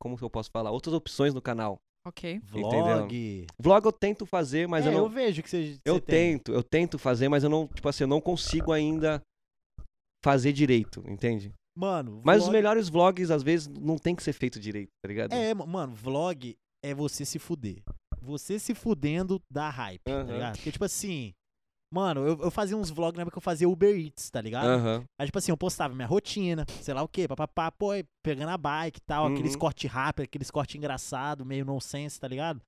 S3: como que eu posso falar, outras opções no canal.
S2: Ok.
S1: Vlog.
S3: Vlog eu tento fazer, mas
S1: É,
S3: eu não.
S1: vejo que você.
S3: Eu
S1: você tem.
S3: tento, eu tento fazer, mas eu não, tipo assim, eu não consigo ainda fazer direito, entende?
S1: Mano,
S3: Mas os
S1: vlog...
S3: melhores vlogs, às vezes, não tem que ser feito direito, tá ligado?
S1: É, mano, vlog é você se fuder. Você se fudendo dá hype, tá
S3: Aham.
S1: ligado? Porque, tipo assim. Mano, eu, eu fazia uns vlogs na época que eu fazia Uber Eats, tá ligado?
S3: Aham.
S1: Aí, tipo assim, eu postava minha rotina, sei lá o quê, papapá, pô, aí pegando a bike e tal, aqueles
S3: Uhum.
S1: corte rápido, aqueles corte engraçado, meio nonsense, tá ligado?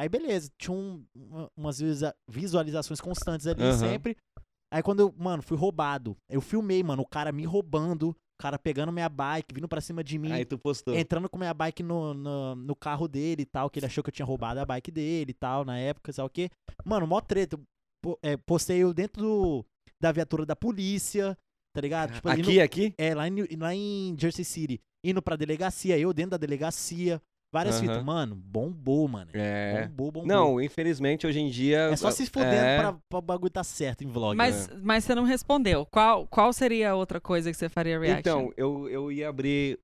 S1: Aí, beleza, tinha um- uma- umas visa- visualizações constantes ali
S3: Aham.
S1: sempre. Aí, quando eu, mano, fui roubado, eu filmei, mano, o cara me roubando, o cara pegando minha bike, vindo pra cima de mim,
S3: Aí tu postou.
S1: entrando com minha bike no, no, no carro dele e tal, que ele achou que eu tinha roubado a bike dele e tal, na época, sei lá o quê. Mano, mó treta. eu po- é, postei eu dentro do- da viatura da polícia, tá ligado? Tipo, indo-
S3: Aqui, aqui?
S1: é, lá em, lá em Jersey City. Indo pra delegacia, eu dentro da delegacia. Várias
S3: Aham.
S1: fitas. Mano, bombou, mano.
S3: É.
S1: Bombou, bombou.
S3: Não, infelizmente, hoje em dia...
S1: É só se fudendo
S3: é,
S1: pra, pra o bagulho tá certo em vlog. né?
S2: Mas, mas você não respondeu. Qual, qual seria a outra coisa que você faria reaction?
S3: Então, eu, eu ia abrir...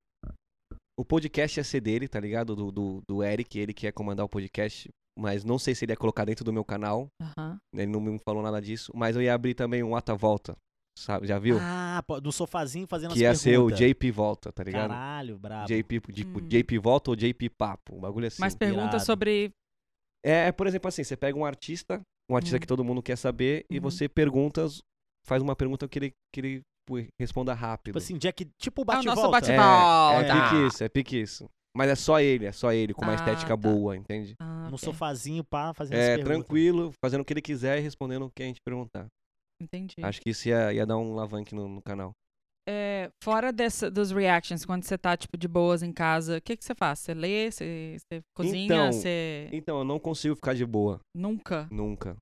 S3: O podcast ia ser dele, tá ligado? Do, do, do Eric, ele que ia comandar o podcast. Mas não sei se ele ia colocar dentro do meu canal.
S2: Aham.
S3: Ele não me falou nada disso. Mas eu ia abrir também um Ata Volta, sabe? Já viu?
S1: Ah, pô, no sofazinho fazendo
S3: que ia
S1: as
S3: ser o
S1: perguntas.
S3: JP Volta, tá ligado?
S1: Caralho, brabo.
S3: JP, tipo,
S2: Hum.
S3: JP Volta ou JP Papo, um bagulho assim.
S2: Mas pergunta
S1: irado.
S2: sobre
S3: É, por exemplo, assim, você pega um artista, um
S1: Hum.
S3: artista
S2: Uhum.
S3: que todo mundo quer saber, e
S2: Uhum.
S3: você pergunta, faz uma pergunta que ele, que ele tipo, responda rápido.
S1: Tipo assim, Jack, tipo tá."
S2: É o
S1: bate
S2: nosso
S1: volta.
S2: bate-volta.
S3: é,
S2: volta.
S3: é pique isso, é pique isso. Mas é só ele, é só ele, com uma
S2: Ah,
S3: estética
S2: tá.
S3: boa, entende?
S2: Ah,
S1: É, No
S2: ok.
S1: sofazinho, pá, fazendo as
S3: É,
S1: perguntas.
S3: tranquilo, fazendo o que ele quiser e respondendo o que a gente perguntar.
S2: Entendi.
S3: Acho que isso ia, ia dar um alavanque no, no canal.
S2: É, fora dessa, dos reactions, quando você tá, tipo, de boas em casa, o que que você faz? Você lê? Você, você cozinha?
S3: Então,
S2: você...
S3: Então, eu não consigo ficar de boa,
S2: Nunca?
S3: nunca.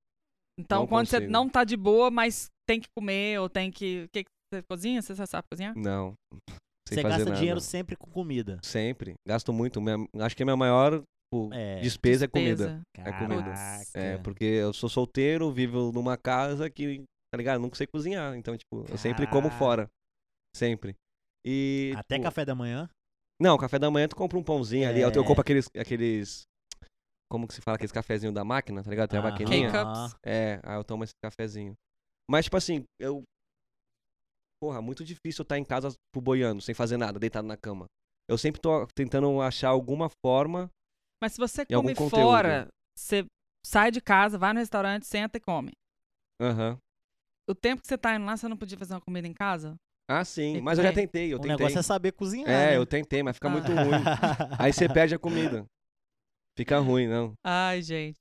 S2: Então,
S3: não
S2: quando você
S3: consigo.
S2: não tá de boa, mas tem que comer ou tem que... O que que você cozinha? Você só sabe cozinhar?
S3: Não. Sem
S1: Você
S3: fazer
S1: gasta
S3: nada. Tipo,
S1: dinheiro sempre com comida.
S3: Sempre. Gasto muito. Minha- acho que a minha maior tipo,
S1: É.
S3: despesa é comida.
S2: Despesa.
S1: Caraca.
S3: comida. É, porque eu sou solteiro, vivo numa casa que, tá ligado? Nunca sei cozinhar. Então, tipo, eu sempre como
S1: Caraca.
S3: fora. Sempre. E.
S1: Até
S3: tipo,
S1: café da manhã.
S3: Não, café da manhã tu compra um pãozinho ali. Eu,
S1: É.
S3: eu compro aqueles. aqueles. Como que se fala? Aqueles cafezinhos da máquina, tá ligado? Tem a
S1: Aham.
S3: maquininha.
S2: K-Cups.
S3: É, aí eu tomo esse cafezinho. Mas, tipo assim, eu. Porra, muito difícil eu estar em casa tipo, boiando, sem fazer nada, deitado na cama. Eu sempre tô tentando achar alguma forma.
S2: Mas se você
S3: E algum
S2: come fora, você sai de casa, vai no restaurante, senta e come.
S3: Aham.
S2: O tempo que você tá indo lá, você não podia fazer uma comida em casa?
S3: Ah, sim.
S2: Tem um
S3: Mas
S2: que
S3: eu já
S2: ver.
S3: tentei, eu
S1: o
S3: tentei.
S1: negócio é saber cozinhar.
S3: É,
S1: né?
S3: eu tentei, mas fica
S2: Ah.
S3: muito ruim. Aí você perde a comida. Fica ruim, não.
S2: Ai, gente.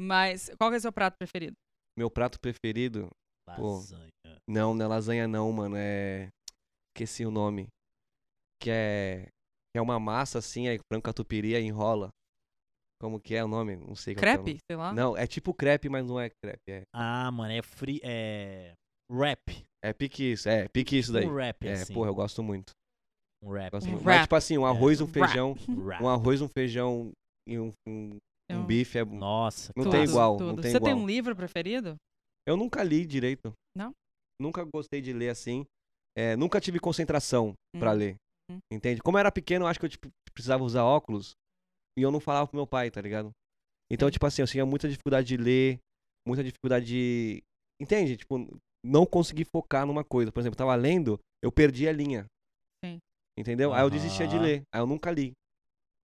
S2: Mas qual que é o seu prato preferido?
S3: Meu prato preferido. pô.
S1: Lasanha.
S3: Não, não é lasanha, não, mano. É. Esqueci o nome. Que é. que é uma massa assim, aí frango catupiry aí enrola. Como que é o nome? Não sei qual que é o
S2: Crepe? Sei lá.
S3: nome. Não, é tipo crepe, mas não é crepe. É,
S1: Ah, mano, é free. É. Rap.
S3: é pique isso, é pique isso daí.
S1: Um rap,
S3: É,
S1: assim.
S3: porra, eu gosto muito.
S1: Um rap.
S3: Gosto
S2: Um
S3: muito.
S2: wrap.
S3: Mas tipo assim, um arroz, um
S2: Wrap.
S3: feijão.
S1: Rap.
S3: Um arroz, um feijão e um, um,
S2: É
S3: um
S2: um-
S3: bife é.
S1: Nossa,
S3: Não
S1: que
S3: tem
S1: massa.
S3: igual, não tem
S2: você tem
S3: igual.
S2: um livro preferido?
S3: Eu nunca li direito.
S2: Não?
S3: Nunca gostei de ler assim. É, nunca tive concentração pra
S2: Hum.
S3: ler.
S2: Hum.
S3: Entende? Como eu era pequeno, eu acho que eu tipo, precisava usar óculos e eu não falava pro meu pai, tá ligado? Então,
S2: Entendi.
S3: tipo assim, eu tinha muita dificuldade de ler, muita dificuldade de. Entende? Tipo, não consegui focar numa coisa. Por exemplo, eu tava lendo, eu perdi a linha.
S2: Sim.
S3: Entendeu? Aí eu desistia de
S1: Aham.
S3: ler. Aí eu nunca li.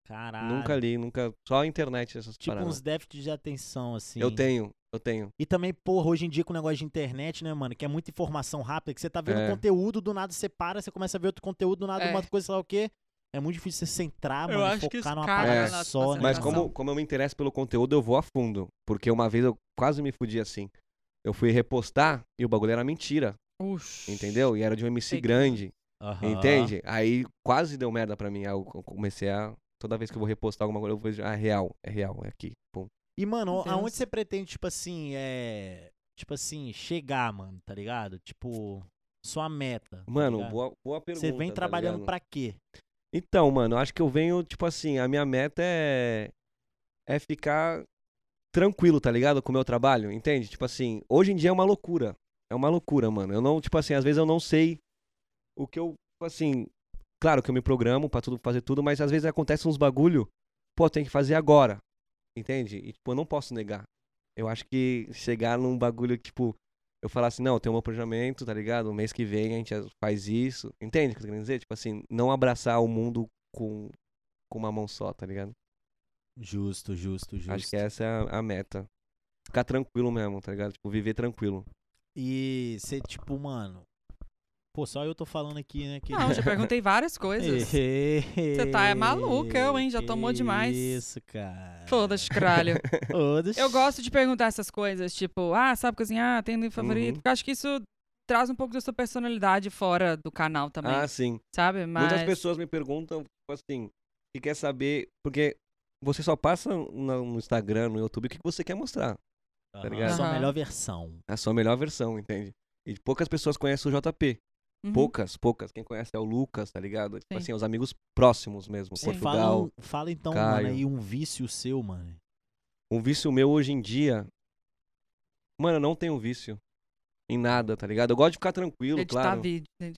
S1: Caralho.
S3: Nunca li, nunca. Só a internet, essas
S1: Tipo
S3: paradas.
S1: uns déficits de atenção, assim.
S3: Eu tenho, eu tenho.
S1: E também, porra, hoje em dia com o negócio de internet, né, mano? Que é muita informação rápida, que você tá vendo
S3: É.
S1: conteúdo, do nada você para, você começa a ver outro conteúdo, do nada
S2: É.
S1: uma coisa, sei lá o quê. É muito difícil você centrar,
S2: Eu
S1: mano,
S2: acho que
S1: focar
S2: isso
S1: numa
S2: cai
S1: parada
S3: na
S2: nossa
S1: só, né?
S3: Mas
S2: Tem
S3: como,
S2: razão.
S3: como eu me interesso pelo conteúdo, eu vou a fundo. Porque uma vez eu quase me fudi assim. Eu fui repostar e o bagulho era mentira,
S2: Ux.
S3: entendeu? E era de um MC
S2: Sei que-
S3: grande,
S1: Aham.
S3: entende? Aí quase deu merda pra mim. Aí eu co- comecei a... Toda vez que eu vou repostar alguma coisa, eu vejo, ah, é real, é real, é aqui. Pum.
S1: E, mano,
S2: Meu Deus.
S1: aonde você pretende, tipo assim, é. Tipo assim, chegar, mano, tá ligado? Tipo, sua meta. tá
S3: Mano,
S1: ligado?
S3: boa, boa pergunta,
S1: Você vem
S3: tá
S1: trabalhando
S3: ligado?
S1: pra quê?
S3: Então, mano, eu acho que eu venho, tipo assim, a minha meta é é ficar tranquilo, tá ligado? Com o meu trabalho, entende? Tipo assim, hoje em dia é uma loucura. É uma loucura, mano. Eu não, tipo assim, às vezes eu não sei o que eu, tipo assim, claro que eu me programo pra tudo fazer tudo, mas às vezes acontece uns bagulho, pô, tem que fazer agora. Entende? E tipo, eu não posso negar. Eu acho que chegar num bagulho que, tipo, eu falar assim, não, eu tenho meu planejamento, tá ligado? Mês que vem a gente faz isso. Entende o que eu tô querendo dizer? Tipo assim, não abraçar o mundo com, com uma mão só, tá ligado?
S1: Justo, justo, justo.
S3: Acho que essa é a, a meta. Ficar tranquilo mesmo, tá ligado? Tipo, viver tranquilo.
S1: E você, tipo, mano. Pô, só eu tô falando aqui, né? Que...
S2: Não, já perguntei várias coisas.
S1: Você
S2: tá é maluca, eu, hein? Já tomou demais.
S1: Isso, cara.
S2: Foda-se, caralho.
S1: Todas.
S2: Eu gosto de perguntar essas coisas, tipo, ah, sabe cozinhar? Tem livro favorito?
S3: Uhum.
S2: Porque eu acho que isso traz um pouco da sua personalidade fora do canal também,
S3: Ah, sim.
S2: sabe? Mas...
S3: Muitas pessoas me perguntam, tipo assim, que quer saber, porque você só passa na- no Instagram, no YouTube, o que você quer mostrar.
S1: Aham,
S3: tá ligado?
S1: Sua
S2: Aham.
S1: melhor versão.
S3: A sua melhor versão, entende? E poucas pessoas conhecem o JP.
S2: Uhum.
S3: Poucas, poucas. Quem conhece é o Lucas, tá ligado? Tipo
S2: Sim.
S3: assim, os amigos próximos mesmo.
S1: Você
S2: Sim.
S1: fala,
S3: Portugal.
S1: um- fala então,
S3: Caio.
S1: mano, aí um vício seu, mano.
S3: Um vício meu hoje em dia. Mano, eu não tenho vício. Em nada, tá ligado? Eu gosto de ficar tranquilo,
S2: Editar
S3: claro.
S2: vídeo. né?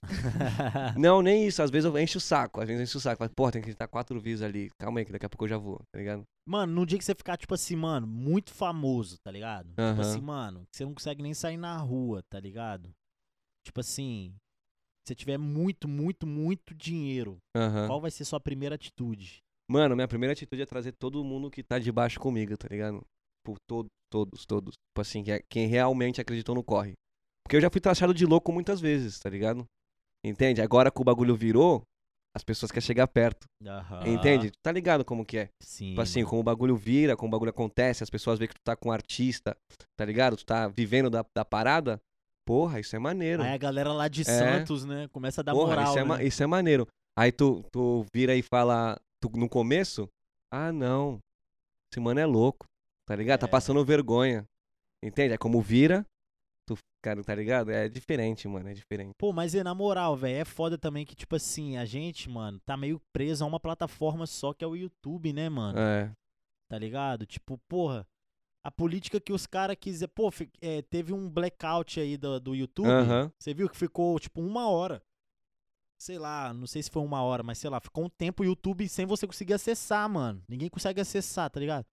S3: Não, nem isso. Às vezes eu encho o saco. Às vezes eu encho o saco. Falo, Porra, tem que editar quatro vídeos ali. Calma aí, que daqui a pouco eu já vou, tá ligado?
S1: mano, no dia que você ficar, tipo assim, mano, muito famoso, tá ligado? Tipo
S3: Aham.
S1: assim, mano, que você não consegue nem sair na rua, tá ligado? Tipo assim, se você tiver muito, muito, muito dinheiro,
S3: Aham.
S1: qual vai ser sua primeira atitude?
S3: Mano, minha primeira atitude é trazer todo mundo que tá debaixo comigo, tá ligado? Por todos, todos, todos. Tipo assim, que é- quem realmente acreditou no corre. Porque eu já fui taxado de louco muitas vezes, tá ligado? Entende? Agora que o bagulho virou, as pessoas querem chegar perto.
S1: Aham.
S3: Entende? Tá ligado como que é?
S1: Sim.
S3: Tipo assim,
S1: mano.
S3: como o bagulho vira, como o bagulho acontece, as pessoas veem que tu tá com um artista, tá ligado? Tu tá vivendo da, da parada. Porra, isso é maneiro.
S1: Aí a galera lá de
S3: É.
S1: Santos, né? Começa a dar
S3: Porra,
S1: Ah, moral.
S3: isso, é, ma-
S1: né?
S3: isso é maneiro. Aí tu, tu vira e fala, tu, no começo, ah não, esse mano é louco, tá ligado? Tá
S1: É.
S3: passando vergonha, entende? É como vira, tu, cara, tá ligado? É diferente, mano, é diferente.
S1: Pô, mas e na moral, velho, é foda também que, tipo assim, a gente, mano, tá meio preso a uma plataforma só que é o YouTube, né, mano?
S3: É,
S1: Tá ligado? Tipo, porra, a política que os caras quiser. Pô, fi- é, teve um blackout aí do, do YouTube.
S3: Aham.
S1: Você viu que ficou, tipo, uma hora. Sei lá, não sei se foi uma hora, mas sei lá, ficou um tempo o YouTube sem você conseguir acessar, mano. Ninguém consegue acessar, tá ligado?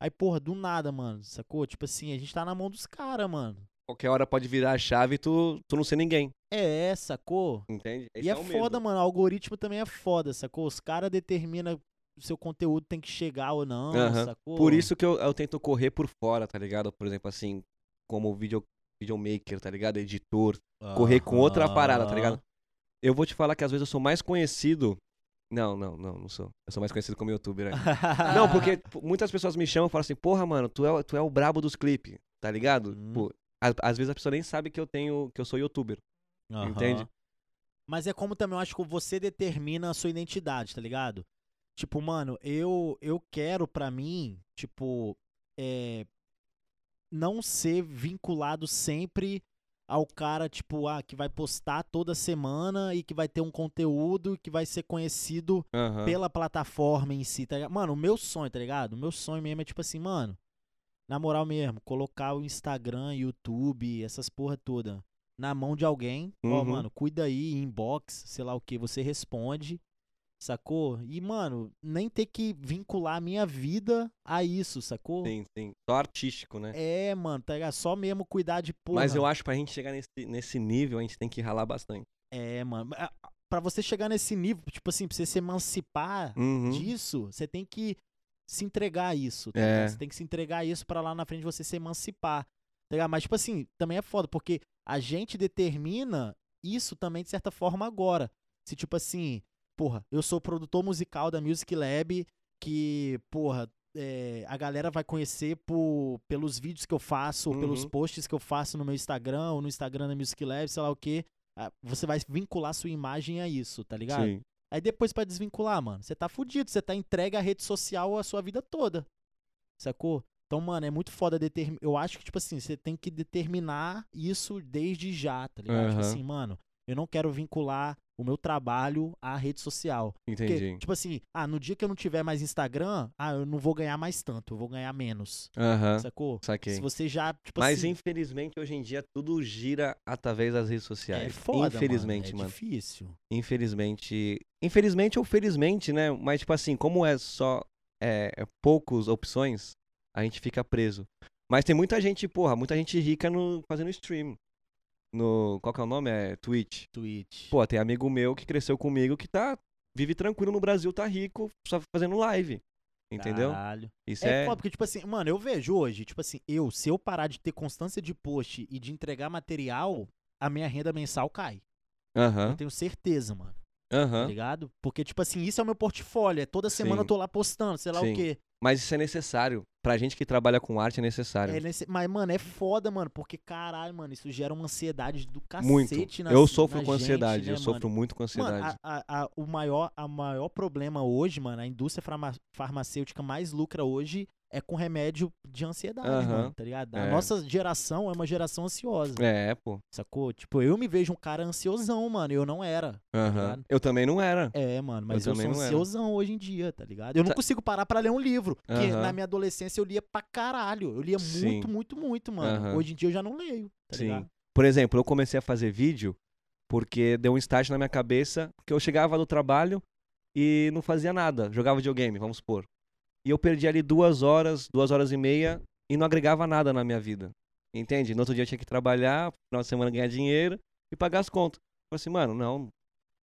S1: Aí, porra, do nada, mano, sacou? Tipo assim, a gente tá na mão dos caras, mano.
S3: qualquer hora pode virar a chave e tu, tu não ser ninguém,
S1: É, é, sacou?
S3: entende?
S1: E é, foda, mano. O algoritmo também é foda, sacou? Os caras determinam se o conteúdo tem que chegar ou não,
S3: Aham.
S1: sacou?
S3: Por isso que eu, eu tento correr por fora, tá ligado? Por exemplo, assim, como video, videomaker, tá ligado? Editor, correr com outra parada, tá ligado? Eu vou te falar que às vezes eu sou mais conhecido. Não, não, não, não sou. Eu sou mais conhecido como youtuber. Né?
S1: Aham.
S3: Não, porque pô, muitas pessoas me chamam e falam assim, porra, mano, tu é, o- tu é o brabo dos clipes, tá ligado?
S1: Hum.
S3: Pô, a- às vezes a pessoa nem sabe que eu tenho, que eu sou youtuber.
S1: Aham.
S3: entende?
S1: Mas é como também eu acho que você determina a sua identidade, tá ligado? Tipo, mano, eu eu quero pra mim, tipo, é, não ser vinculado sempre ao cara, tipo, ah, que vai postar toda semana e que vai ter um conteúdo e que vai ser conhecido
S3: Aham.
S1: pela plataforma em si, tá ligado? Mano, o meu sonho, tá ligado? O meu sonho mesmo é tipo assim, mano, na moral mesmo, colocar o Instagram, YouTube, essas porra toda na mão de alguém. Ó,
S3: Uhum.
S1: mano, cuida aí, inbox, sei lá o que, você responde, sacou? E, mano, nem ter que vincular a minha vida a isso, sacou?
S3: Sim, sim. Só artístico, né?
S1: É, mano, tá ligado? Só mesmo cuidar de porra.
S3: Mas eu acho que pra gente chegar nesse, nesse nível, a gente tem que ralar bastante.
S1: É, mano. a- a- Pra você chegar nesse nível, tipo assim, pra você se emancipar
S3: Uhum.
S1: disso, você tem que se entregar a isso, tá
S3: É.
S1: ligado? Você tem que se entregar a isso pra lá na frente você se emancipar, tá ligado? Mas, tipo assim, também é foda, porque a gente determina isso também de certa forma agora. Se, tipo assim, porra, eu sou produtor musical da Music Lab, que, porra, é, a galera vai conhecer por, pelos vídeos que eu faço, ou pelos
S3: Uhum.
S1: posts que eu faço no meu Instagram, ou no Instagram da Music Lab, sei lá o quê. Ah, Você vai vincular sua imagem a isso, tá ligado?
S3: Sim.
S1: Aí depois pra desvincular, mano, você tá fudido, você tá entregue à rede social a sua vida toda. Sacou? Então, mano, é muito foda determinar. Eu acho que, tipo assim, você tem que determinar isso desde já, tá ligado? Tipo
S3: Aham.
S1: assim, mano, eu não quero vincular o meu trabalho à rede social. Porque,
S3: Entendi.
S1: tipo assim, ah, no dia que eu não tiver mais Instagram, ah, eu não vou ganhar mais tanto, eu vou ganhar menos.
S3: Aham.
S1: Sacou?
S3: Saquei.
S1: Se você já, tipo
S3: Mas
S1: assim.
S3: infelizmente hoje em dia tudo gira através das redes sociais.
S1: é foda,
S3: infelizmente,
S1: mano. É
S3: mano.
S1: difícil.
S3: Infelizmente. Infelizmente ou felizmente, né? Mas, tipo assim, como é só é, é poucas opções, a gente fica preso. Mas tem muita gente, porra, muita gente rica no, fazendo stream. No. Qual que é o nome? É Twitch.
S1: Twitch.
S3: Pô, tem amigo meu que cresceu comigo que tá. Vive tranquilo no Brasil, tá rico, só fazendo live. Entendeu?
S1: Caralho.
S3: Isso
S1: É,
S3: é.
S1: foda, porque, tipo assim, mano, eu vejo hoje, tipo assim, eu, se eu parar de ter constância de post e de entregar material, a minha renda mensal cai. Eu
S3: Aham.
S1: tenho certeza, mano.
S3: Aham.
S1: Tá ligado? Porque, tipo assim, isso é o meu portfólio. É toda semana
S3: Sim.
S1: eu tô lá postando, sei lá
S3: Sim.
S1: o quê.
S3: Mas isso é necessário. Pra gente que trabalha com arte é necessário.
S1: É nesse- Mas, mano, é foda, mano, porque, caralho, mano, isso gera uma ansiedade do cacete
S3: Muito.
S1: na
S3: eu
S1: na
S3: sofro com
S1: gente,
S3: ansiedade.
S1: né,
S3: eu
S1: mano?
S3: sofro muito com
S1: Mano,
S3: ansiedade.
S1: a- a- a- o maior, a maior problema hoje, mano, a indústria farma- farmacêutica mais lucra hoje é com remédio de ansiedade,
S3: Aham.
S1: mano, tá ligado? A
S3: É.
S1: nossa geração é uma geração ansiosa,
S3: É, pô.
S1: sacou? Tipo, eu me vejo um cara ansiosão, mano, eu não era.
S3: Aham.
S1: Tá ligado?
S3: Eu também não era.
S1: É, mano, mas eu,
S3: Eu
S1: sou
S3: também não era.
S1: ansiosão hoje em dia, tá ligado? Eu não
S3: Sa-
S1: consigo parar pra ler um livro, porque
S3: Aham.
S1: na minha adolescência eu lia pra caralho. Eu lia
S3: Sim.
S1: muito, muito, muito, mano.
S3: Aham.
S1: Hoje em dia eu já não leio, tá
S3: Sim.
S1: ligado?
S3: Por exemplo, eu comecei a fazer vídeo porque deu um start na minha cabeça que eu chegava do trabalho e não fazia nada. Jogava videogame, vamos supor. E eu perdi ali duas horas, duas horas e meia e não agregava nada na minha vida. Entende? No outro dia eu tinha que trabalhar, final de semana ganhar dinheiro e pagar as contas. Eu falei assim, mano, não.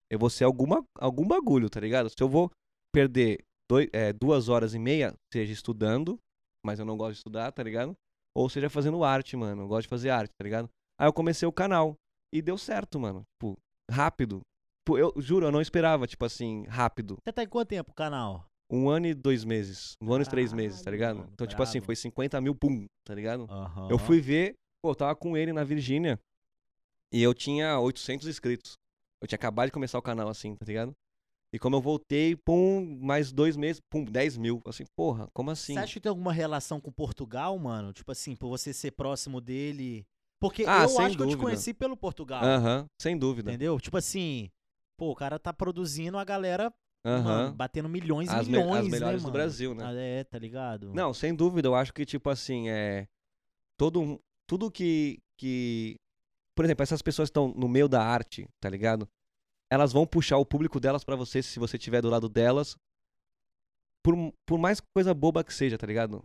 S3: Eu vou ser alguma, algum eh, bagulho, tá ligado? Se eu vou perder doi- é, duas horas e meia, seja estudando, mas eu não gosto de estudar, tá ligado? Ou seja, fazendo arte, mano. Eu gosto de fazer arte, tá ligado? Aí eu comecei o canal. E deu certo, mano. Tipo, rápido. Tipo, eu juro, eu não esperava, tipo assim, rápido.
S1: Você tá em quanto tempo o canal?
S3: Um ano e dois meses. Um ano e três meses, tá
S1: Caralho,
S3: ligado?
S1: mano,
S3: então, tipo assim,
S1: brabo.
S3: foi 50 mil, pum, tá ligado?
S1: Aham.
S3: Eu fui ver, pô, eu tava com ele na Virgínia e eu tinha 800 inscritos. Eu tinha acabado de começar o canal assim, tá ligado? E como eu voltei, pum, mais dois meses, pum, 10 mil. Assim, porra, como assim?
S1: Você acha que tem alguma relação com Portugal, mano? Tipo assim, por você ser próximo dele. Porque
S3: Ah,
S1: eu acho
S3: sem
S1: que eu te
S3: dúvida.
S1: conheci pelo Portugal.
S3: Aham, sem dúvida.
S1: Entendeu? Tipo assim, pô, o cara tá produzindo a galera
S3: Aham.
S1: mano, batendo milhões e
S3: As me- as
S1: milhões. né,
S3: melhores do
S1: mano?
S3: Brasil, né?
S1: Ah, É, tá ligado?
S3: Não, sem dúvida, eu acho que, tipo assim, é. Todo, mu- tudo que, que. Por exemplo, essas pessoas que estão no meio da arte, tá ligado? Elas vão puxar o público delas pra você se você estiver do lado delas. Por, m- por mais coisa boba que seja, tá ligado?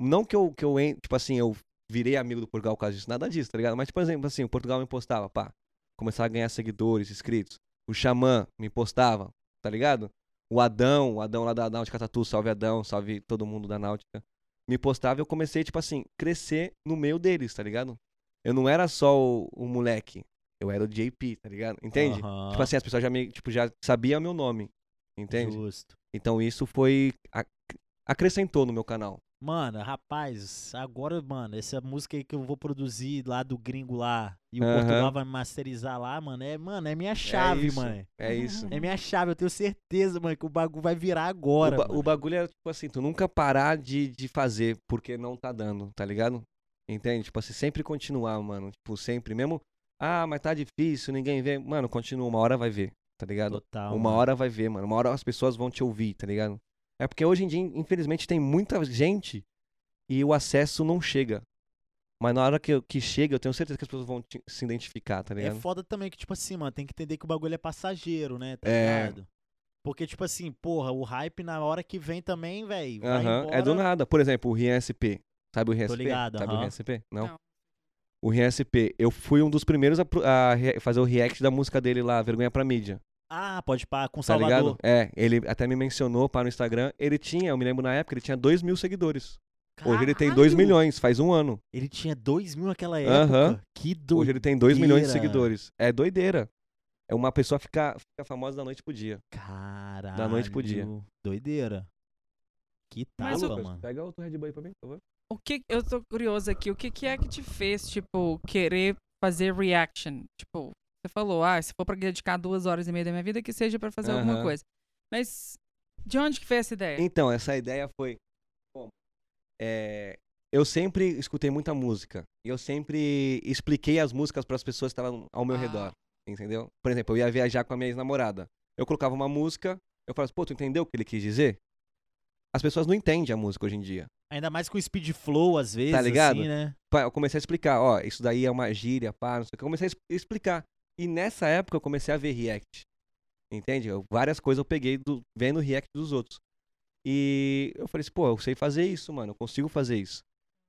S3: Não que eu, que eu en- tipo assim, eu virei amigo do Portugal por causa disso, nada disso, tá ligado? Mas, por exemplo, assim, o Portugal me postava, pá. Começava a ganhar seguidores, inscritos. O Xamã me postava, tá ligado? O Adão, o Adão lá da Náutica Tatu, salve Adão, salve todo mundo da Náutica. Me postava e eu comecei, tipo assim, crescer no meio deles, tá ligado? Eu não era só o, o moleque, eu era o JP, tá ligado? Entende?
S1: Aham,
S3: Tipo assim, as pessoas já, me, tipo, já sabiam meu nome, entende?
S1: Justo.
S3: Então isso foi... ac- acrescentou no meu canal.
S1: Mano, rapaz, agora, mano, essa música aí que eu vou produzir lá do gringo lá e o
S3: Aham.
S1: Portugal vai masterizar lá, mano, é, mano, é minha chave,
S3: isso.
S1: mano.
S3: É isso.
S1: É minha chave, eu tenho certeza, mano, que o bagulho vai virar agora.
S3: O, ba-
S1: mano.
S3: o bagulho era, tipo assim, tu nunca parar de, de fazer porque não tá dando, tá ligado? Entende? Tipo assim, sempre continuar, mano. Tipo, sempre mesmo. Ah, mas tá difícil, ninguém vê. Mano, continua, uma hora vai ver, tá ligado?
S1: Total.
S3: uma
S1: mano.
S3: hora vai ver, mano. Uma hora as pessoas vão te ouvir, tá ligado? É porque hoje em dia, infelizmente, tem muita gente e o acesso não chega. Mas na hora que, eu- que chega, eu tenho certeza que as pessoas vão te- se identificar, tá
S1: É
S3: ligado?
S1: foda também que, tipo assim, mano, tem que entender que o bagulho é passageiro, né? Tá
S3: É.
S1: ligado? Porque, tipo assim, porra, o hype na hora que vem também, velho.
S3: Aham, é do nada. Por exemplo, o Rian SP. Sabe o Rian
S1: Tô
S3: SP?
S1: ligado,
S3: Sabe o
S1: aham.
S3: Rian SP? Não.
S2: Não.
S3: O Rian SP. Eu fui um dos primeiros a, pro- a re- fazer o react da música dele lá, Vergonha pra Mídia.
S1: Ah, pode pá, com
S3: Tá
S1: Salvador.
S3: ligado? É, ele até me mencionou para o Instagram. Ele tinha, eu me lembro na época, ele tinha 2 mil seguidores. Hoje ele tem 2
S1: Caralho!
S3: milhões, faz um ano.
S1: Ele tinha 2 mil naquela época.
S3: Aham.
S1: Que doido.
S3: Hoje ele tem 2 milhões de
S1: Doideira.
S3: seguidores. É doideira. É uma pessoa ficar fica famosa da noite pro dia.
S1: Caralho.
S3: noite pro dia.
S1: Doideira. Que tapa,
S2: Mas o-
S1: mano.
S3: Pega outro Red Bull aí pra mim, por favor.
S2: O que eu tô curioso aqui, o que que é que te fez, tipo, querer fazer reaction? Tipo, você falou, ah, se for pra dedicar duas horas e meia da minha vida, que seja pra fazer alguma
S3: Aham.
S2: coisa. Mas de onde que veio essa ideia?
S3: Então, essa ideia foi. Bom, é, eu sempre escutei muita música. E eu sempre expliquei as músicas para as pessoas que estavam ao meu
S2: Ah.
S3: redor. Entendeu? Por exemplo, eu ia viajar com a minha ex-namorada. Eu colocava uma música, eu falava assim, pô, tu entendeu o que ele quis dizer? As pessoas não entendem a música hoje em dia.
S1: Ainda mais com o speed flow, às vezes,
S3: Tá ligado?
S1: assim, né?
S3: Pá, Eu comecei a explicar, ó, isso daí é uma gíria, pá, não sei o que. Eu comecei a es- explicar. E nessa época eu comecei a ver react. Entende? Eu- várias coisas eu peguei do, vendo react dos outros. E eu falei assim, pô, eu sei fazer isso, mano, eu consigo fazer isso.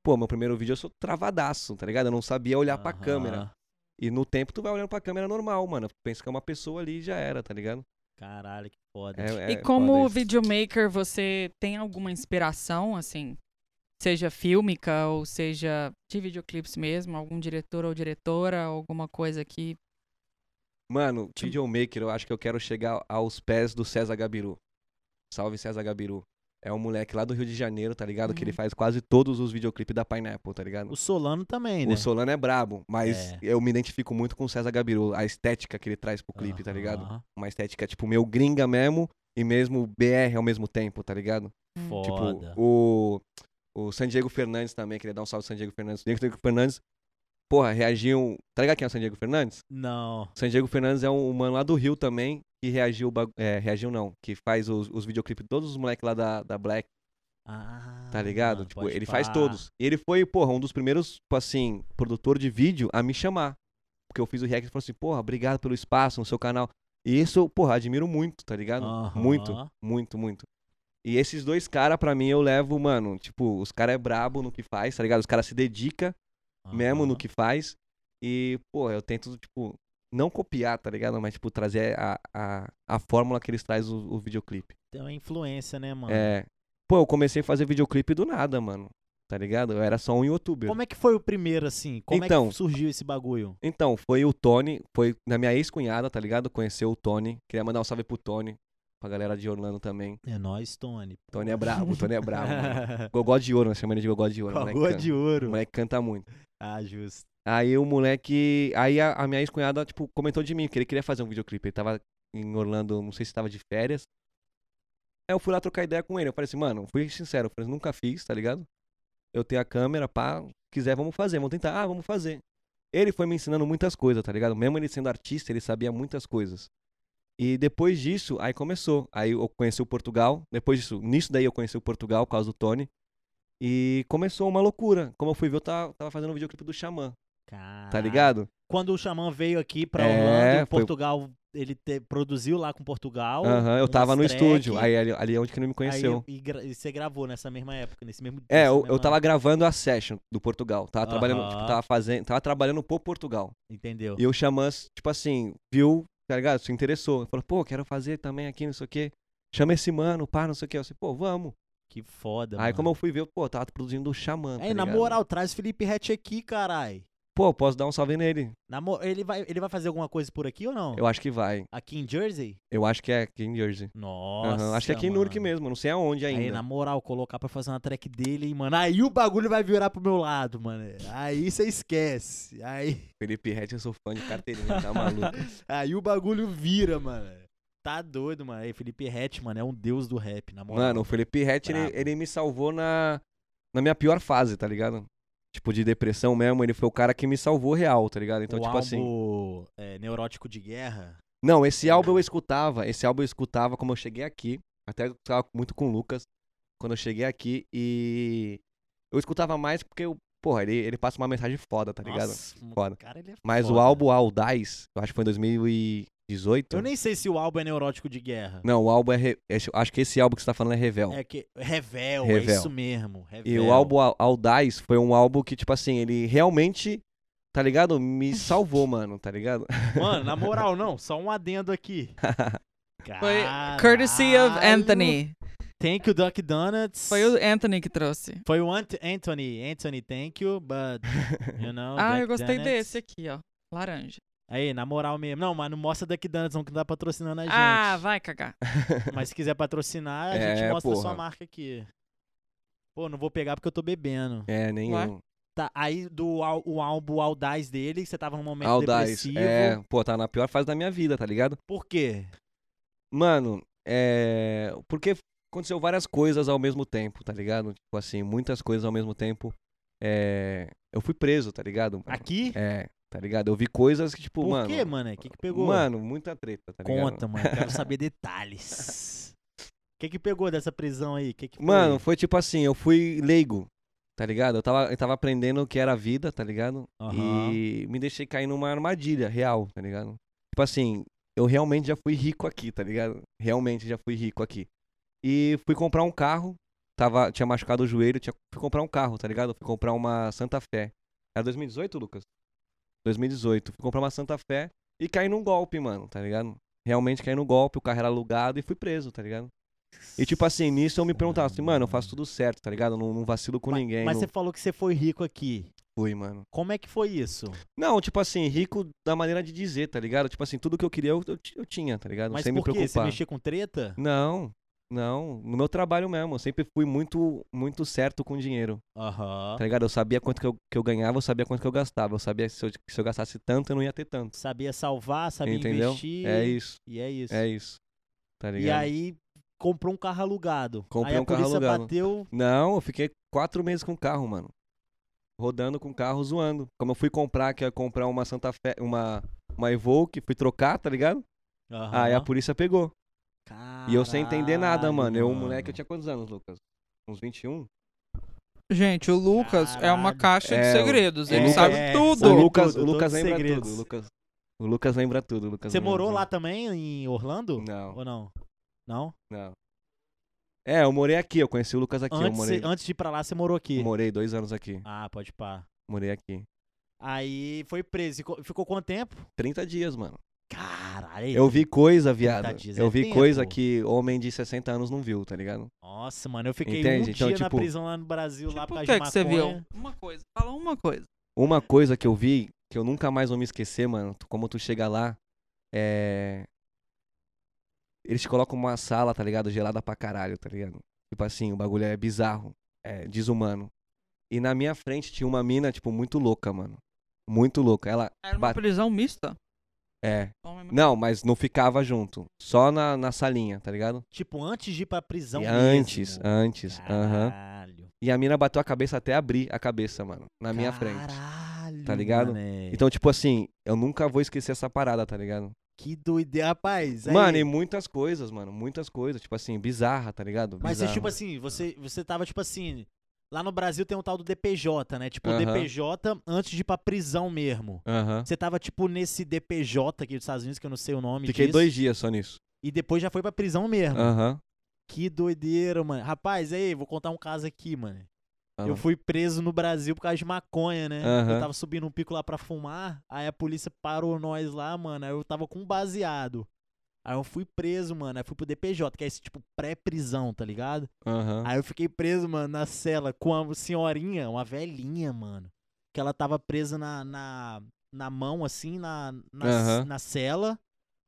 S3: Pô, meu primeiro vídeo eu sou travadaço, tá ligado? Eu não sabia olhar pra
S1: Aham.
S3: câmera. E no tempo tu vai olhando pra câmera normal, mano. Pensa que é uma pessoa ali e já era, tá ligado?
S1: Caralho, que foda.
S3: É- é
S2: e como
S3: foda isso.
S2: videomaker, você tem alguma inspiração, assim, seja fílmica ou seja de videoclipes mesmo, algum diretor ou diretora, alguma coisa que...
S3: Mano,
S2: Tipo-
S3: videomaker, eu acho que eu quero chegar aos pés do César Gabiru. Salve César Gabiru. É um moleque lá do Rio de Janeiro, tá ligado? Que ele
S2: Uhum.
S3: faz quase todos os videoclipes da Pineapple, tá ligado?
S1: O Solano também, né?
S3: O Solano é brabo, mas
S1: É.
S3: eu me identifico muito com o César Gabiru, a estética que ele traz pro clipe, tá ligado?
S1: Aham.
S3: Uma estética, tipo, meio gringa mesmo e mesmo BR ao mesmo tempo, tá ligado?
S1: Foda.
S3: Tipo, o, o San Diego Fernandes também, queria dar um salve ao San Diego Fernandes. O San Diego Fernandes, porra, reagiu. Tá ligado quem é o San Diego Fernandes?
S1: Não.
S3: San Diego Fernandes é um, um mano lá do Rio também, que reagiu, o bagu- é, reagiu não, que faz os, os videoclipes de todos os moleques lá da, da Black,
S1: Ah,
S3: tá ligado?
S1: mano,
S3: tipo,
S1: pode
S3: ele faz
S1: pá.
S3: todos. E ele foi, porra, um dos primeiros, tipo assim, produtor de vídeo a me chamar. Porque eu fiz o react e falou assim, porra, obrigado pelo espaço no seu canal. E isso, eu, porra, admiro muito, tá ligado?
S1: Aham.
S3: Muito, muito, muito. E esses dois caras, pra mim, eu levo, mano, tipo, os caras é brabo no que faz, tá ligado? Os caras se dedicam mesmo no
S1: Aham.
S3: que faz. E, pô, eu tento, tipo, não copiar, tá ligado? Mas, tipo, trazer a, a, a fórmula que eles trazem o, o videoclipe.
S1: Tem uma influência, né, mano?
S3: É. Pô, eu comecei a fazer videoclipe do nada, mano. tá ligado? Eu era só um youtuber.
S1: Como é que foi o primeiro, assim? Como é
S3: Então.
S1: que surgiu esse bagulho?
S3: Então, foi o Tony, foi na minha ex-cunhada, tá ligado? Conheceu o Tony. Queria mandar um salve pro Tony, pra galera de Orlando também.
S1: É nóis, Tony.
S3: Tony é brabo, Tony é brabo. mano. Gogó de ouro, nós chamamos ele de Gogó de ouro. moleque
S1: Pagou
S3: can-
S1: de
S3: O
S1: ouro.
S3: moleque canta muito.
S1: Ah, justo.
S3: Aí o moleque. Aí a, a minha ex-cunhada, tipo, comentou de mim, que ele queria fazer um videoclipe. Ele tava em Orlando, não sei se tava de férias. Aí eu fui lá trocar ideia com ele. Eu falei assim, mano, fui sincero, eu falei, nunca fiz, tá ligado? Eu tenho a câmera, pá, quiser, vamos fazer, vamos tentar. Ah, vamos fazer. Ele foi me ensinando muitas coisas, tá ligado? Mesmo ele sendo artista, ele sabia muitas coisas. E depois disso, aí começou. Aí eu conheci o Portugal. Depois disso, nisso daí eu conheci o Portugal, por causa do Tony. E começou uma loucura. Como eu fui ver, eu tava, tava fazendo um videoclipe do Xamã tá
S1: Caraca.
S3: ligado?
S1: Quando o Xamã veio aqui pra
S3: É,
S1: Orlando, em
S3: foi-
S1: Portugal, ele te- produziu lá com Portugal.
S3: Aham, eu
S1: uns
S3: tava no
S1: track,
S3: estúdio, aí ali, ali é onde que ele me
S1: aí
S3: conheceu.
S1: e, gra- e você gravou nessa mesma época, nesse mesmo
S3: É,
S1: nessa
S3: eu, eu
S1: mesma-
S3: tava gravando a session do Portugal, tava trabalhando,
S1: Aham.
S3: tipo, tava fazendo, tava trabalhando pro Portugal.
S1: Entendeu?
S3: E o Xamã, tipo assim, viu, tá ligado? Se interessou, falou, pô, quero fazer também aqui, não sei o quê. Chama esse mano, pá, não sei o quê. Eu falei, pô, vamos.
S1: Que foda,
S3: aí
S1: mano.
S3: como eu fui ver, pô, tava produzindo o Xamã, tá
S1: Aí, na
S3: ligado?
S1: moral, traz Felipe Hatch aqui, carai.
S3: Pô, posso dar um salve nele?
S1: Na mo- ele, vai, ele vai fazer alguma coisa por aqui ou não?
S3: Eu acho que vai.
S1: Aqui em Jersey?
S3: Eu acho que é aqui em Jersey. Aham,
S1: Nossa,
S3: Acho que é aqui em Newark
S1: mano.
S3: mesmo, não sei aonde ainda.
S1: Aí, na moral, colocar pra fazer uma track dele, hein, mano. Aí o bagulho vai virar pro meu lado, mano. Aí você esquece. Aí,
S3: Felipe Red, eu sou fã de carteirinha, tá maluco?
S1: aí o bagulho vira, mano. Tá doido, mano. Aí, Felipe Hatch, mano, é um deus do rap, na moral.
S3: Mano, o Felipe Rett, ele,
S1: Brabo.
S3: ele me salvou na, na minha pior fase, tá ligado? Tipo, de depressão mesmo, ele foi o cara que me salvou real, tá ligado? Então,
S1: o
S3: tipo assim.
S1: álbum, é, Neurótico de Guerra.
S3: Não, esse álbum eu escutava, esse álbum eu escutava como eu cheguei aqui. Até eu tava muito com o Lucas quando eu cheguei aqui e. Eu escutava mais porque, eu, porra, ele, ele passa uma mensagem foda, tá ligado?
S1: Nossa, mano,
S3: Foda.
S1: cara, ele é
S3: Mas o
S1: foda.
S3: álbum Aldais, eu acho que foi em 2018.
S1: Eu nem sei se o álbum é Neurótico de Guerra.
S3: Não, o álbum é. Re- esse- acho que esse álbum que você tá falando é Revel.
S1: É que. Revel, é
S3: Revel.
S1: isso É mesmo. Revel.
S3: E o álbum Al- Aldais foi um álbum que, tipo assim, ele realmente, tá ligado? Me salvou, mano, tá ligado?
S1: Mano, na moral, não, só um adendo aqui.
S2: Foi
S1: Ah,
S2: courtesy of
S1: Caralho.
S2: Anthony.
S1: Thank you, Duck Donuts.
S2: Foi o Anthony que trouxe.
S1: Foi o Ant- Anthony. Anthony, thank you, but, you know,
S2: ah,
S1: Duck
S2: eu gostei
S1: Donuts.
S2: desse aqui, ó. Laranja.
S1: Aí, na moral mesmo. Não, mas não mostra Duck Donuts, não, que não tá patrocinando a gente.
S2: Ah, vai cagar.
S1: Mas se quiser patrocinar, a gente
S3: É,
S1: mostra a sua
S3: porra.
S1: marca aqui. Pô, não vou pegar porque eu tô bebendo.
S3: É, nenhum.
S1: Tá, aí do al- o álbum Aldaz dele, você tava num momento
S3: Aldais.
S1: depressivo.
S3: É, pô, tá na pior fase da minha vida, tá ligado?
S1: Por quê?
S3: Mano, é. Porque aconteceu várias coisas ao mesmo tempo, tá ligado? Tipo assim, muitas coisas ao mesmo tempo. É. Eu fui preso, tá ligado? mano?
S1: Aqui?
S3: É, tá ligado? Eu vi coisas que, tipo,
S1: Por
S3: mano.
S1: quê, mano? O que que pegou?
S3: Mano, muita treta, tá ligado?
S1: Conta, mano. Quero saber detalhes. O que que pegou dessa prisão aí? Que que foi?
S3: Mano, foi tipo assim, eu fui leigo, tá ligado? Eu tava, eu tava aprendendo o que era a vida, tá ligado?
S1: Aham.
S3: E me deixei cair numa armadilha real, tá ligado? Tipo assim, eu realmente já fui rico aqui, tá ligado? Realmente já fui rico aqui. E fui comprar um carro, tava, tinha machucado o joelho, tinha, fui comprar um carro, tá ligado? Fui comprar uma Santa Fé. Era 2018, Lucas? 2018. Fui comprar uma Santa Fé e caí num golpe, mano, tá ligado? Realmente caí num golpe, o carro era alugado e fui preso, tá ligado? E tipo assim, nisso eu me perguntava assim, mano, eu faço tudo certo, tá ligado? Eu Não, não vacilo com
S1: Ma-
S3: ninguém.
S1: Mas
S3: não
S1: você falou que você foi rico aqui.
S3: fui, mano.
S1: Como é que foi isso?
S3: Não, tipo assim, rico da maneira de dizer, tá ligado? Tipo assim, tudo que eu queria eu, eu ti- eu tinha, tá ligado?
S1: Mas
S3: Sem me
S1: por quê? Você
S3: preocupar.
S1: mexia com treta?
S3: Não, não. No meu trabalho mesmo, eu sempre fui muito, muito certo com dinheiro,
S1: Aham.
S3: tá ligado? Eu sabia quanto que eu, que eu ganhava, eu sabia quanto que eu gastava. Eu sabia que se eu, que se eu gastasse tanto, eu não ia ter tanto.
S1: Sabia salvar, sabia
S3: entendeu?
S1: investir.
S3: É isso,
S1: E é isso.
S3: é isso. Tá ligado?
S1: e aí, comprou um carro alugado.
S3: Comprei
S1: aí a
S3: um carro
S1: polícia
S3: alugado.
S1: bateu.
S3: Não, eu fiquei quatro meses com o carro, mano. Rodando com o carro, zoando. Como eu fui comprar, que eu ia comprar uma Santa Fé, uma, uma Evoque, fui trocar, tá ligado?
S1: Aham.
S3: Aí a polícia pegou. E eu sem entender nada,
S1: Caralho,
S3: mano. Eu, um moleque, eu tinha quantos anos, Lucas? Uns 21?
S2: Gente, o Lucas é uma
S1: Caralho.
S2: caixa de
S3: É, o-
S2: segredos. Ele
S3: Lucas-
S2: sabe
S1: é,
S3: O
S1: sabe
S2: tudo.
S3: Lucas,
S1: tudo,
S3: o Lucas
S1: todos os
S3: lembra
S1: segredos.
S3: tudo, o Lucas. O Lucas lembra tudo, o Lucas.
S1: Você
S3: lembra
S1: morou
S3: tudo.
S1: lá também, em Orlando?
S3: Uhum. Não,
S1: Ou não? Não?
S3: não. É, eu morei aqui, eu conheci o Lucas aqui, eu
S1: antes,
S3: morei.
S1: antes de ir pra lá, você morou aqui.
S3: Morei dois anos aqui.
S1: Ah, pode pá.
S3: Morei aqui.
S1: Aí foi preso. Ficou- Ficou quanto tempo?
S3: 30 dias, mano.
S1: Caralho. Parei.
S3: Eu vi coisa, viado.
S1: dias é
S3: Eu vi
S1: tempo.
S3: coisa que homem de 60 anos não viu, tá ligado?
S1: Nossa, mano, eu fiquei
S3: Entende?
S1: um
S3: Então,
S1: dia na
S3: tipo-
S1: prisão lá no Brasil, lá
S2: Tipo,
S1: pra
S2: o que é que você viu?
S1: maconha.
S2: Uma coisa. Fala uma coisa.
S3: Uma coisa que eu vi, que eu nunca mais vou me esquecer, mano, tu- como tu chega lá, é. Eles te colocam uma sala, tá ligado? Gelada pra caralho, tá ligado? Tipo assim, o bagulho é bizarro, é desumano. E na minha frente tinha uma mina, tipo, muito louca, mano. Muito louca. Ela.
S2: Era uma
S3: bat-
S2: prisão mista?
S3: É.
S2: Homem-
S3: Não, mas não ficava junto. Só na, na salinha, tá ligado?
S1: Tipo, antes de ir pra prisão
S3: E
S1: mesmo.
S3: antes, antes. Aham.
S1: Caralho.
S3: E a mina bateu a cabeça até abrir a cabeça, mano. Na minha frente.
S1: Caralho,
S3: tá ligado?
S1: mané.
S3: Então, tipo assim, eu nunca vou esquecer essa parada, tá ligado?
S1: Que doideira, rapaz. Aí,
S3: Mano, e muitas coisas, mano. Muitas coisas, tipo assim, bizarra, tá ligado?
S1: Mas você,
S3: Bizarro.
S1: tipo assim, você, você tava, tipo assim. Lá no Brasil tem um tal do DPJ, né? Tipo, o
S3: Aham.
S1: DPJ antes de ir pra prisão mesmo.
S3: Aham.
S1: Você tava, tipo, nesse DPJ aqui dos Estados Unidos, que eu não sei o nome
S3: Fiquei
S1: disso,
S3: dois dias só nisso.
S1: E depois já foi pra prisão mesmo.
S3: Aham.
S1: Que doideira, mano. Rapaz, aí, vou contar um caso aqui, mano. Eu
S3: Aham.
S1: fui preso no Brasil por causa de maconha, né?
S3: Tá Aham.
S1: Eu tava subindo um pico lá pra fumar, aí a polícia parou nós lá, mano. Aí eu tava com um baseado. Aí eu fui preso, mano. Aí fui pro DPJ, que é esse tipo pré-prisão, tá ligado?
S3: Aham.
S1: Aí eu fiquei preso, mano, na cela com uma senhorinha, uma velhinha, mano. Que ela tava presa na, na, na mão, assim, na, na,
S3: Aham.
S1: na cela.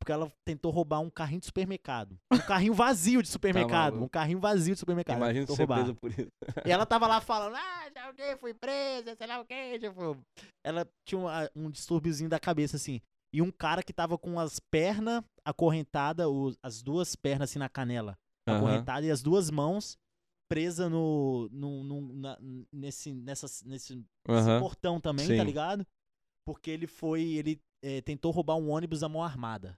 S1: Porque ela tentou roubar um carrinho de supermercado. Um carrinho vazio de supermercado.
S3: Tá maluco.
S1: um carrinho vazio de supermercado. ela
S3: Imagina
S1: tentou
S3: tu ser
S1: roubar.
S3: preso por isso.
S1: E ela tava lá falando, ah, sei lá o que, fui presa, sei lá o que, tipo. Ela tinha um, ah, um distúrbiozinho da cabeça, assim. E um cara que tava com as pernas acorrentadas, os- as duas pernas assim na canela,
S3: Aham.
S1: acorrentada, e as duas mãos presa no, no, no- na- nesse, nessa, nesse esse
S3: Aham.
S1: portão também, tá
S3: Sim.
S1: ligado? Porque ele foi, ele eh, tentou roubar um ônibus à mão armada.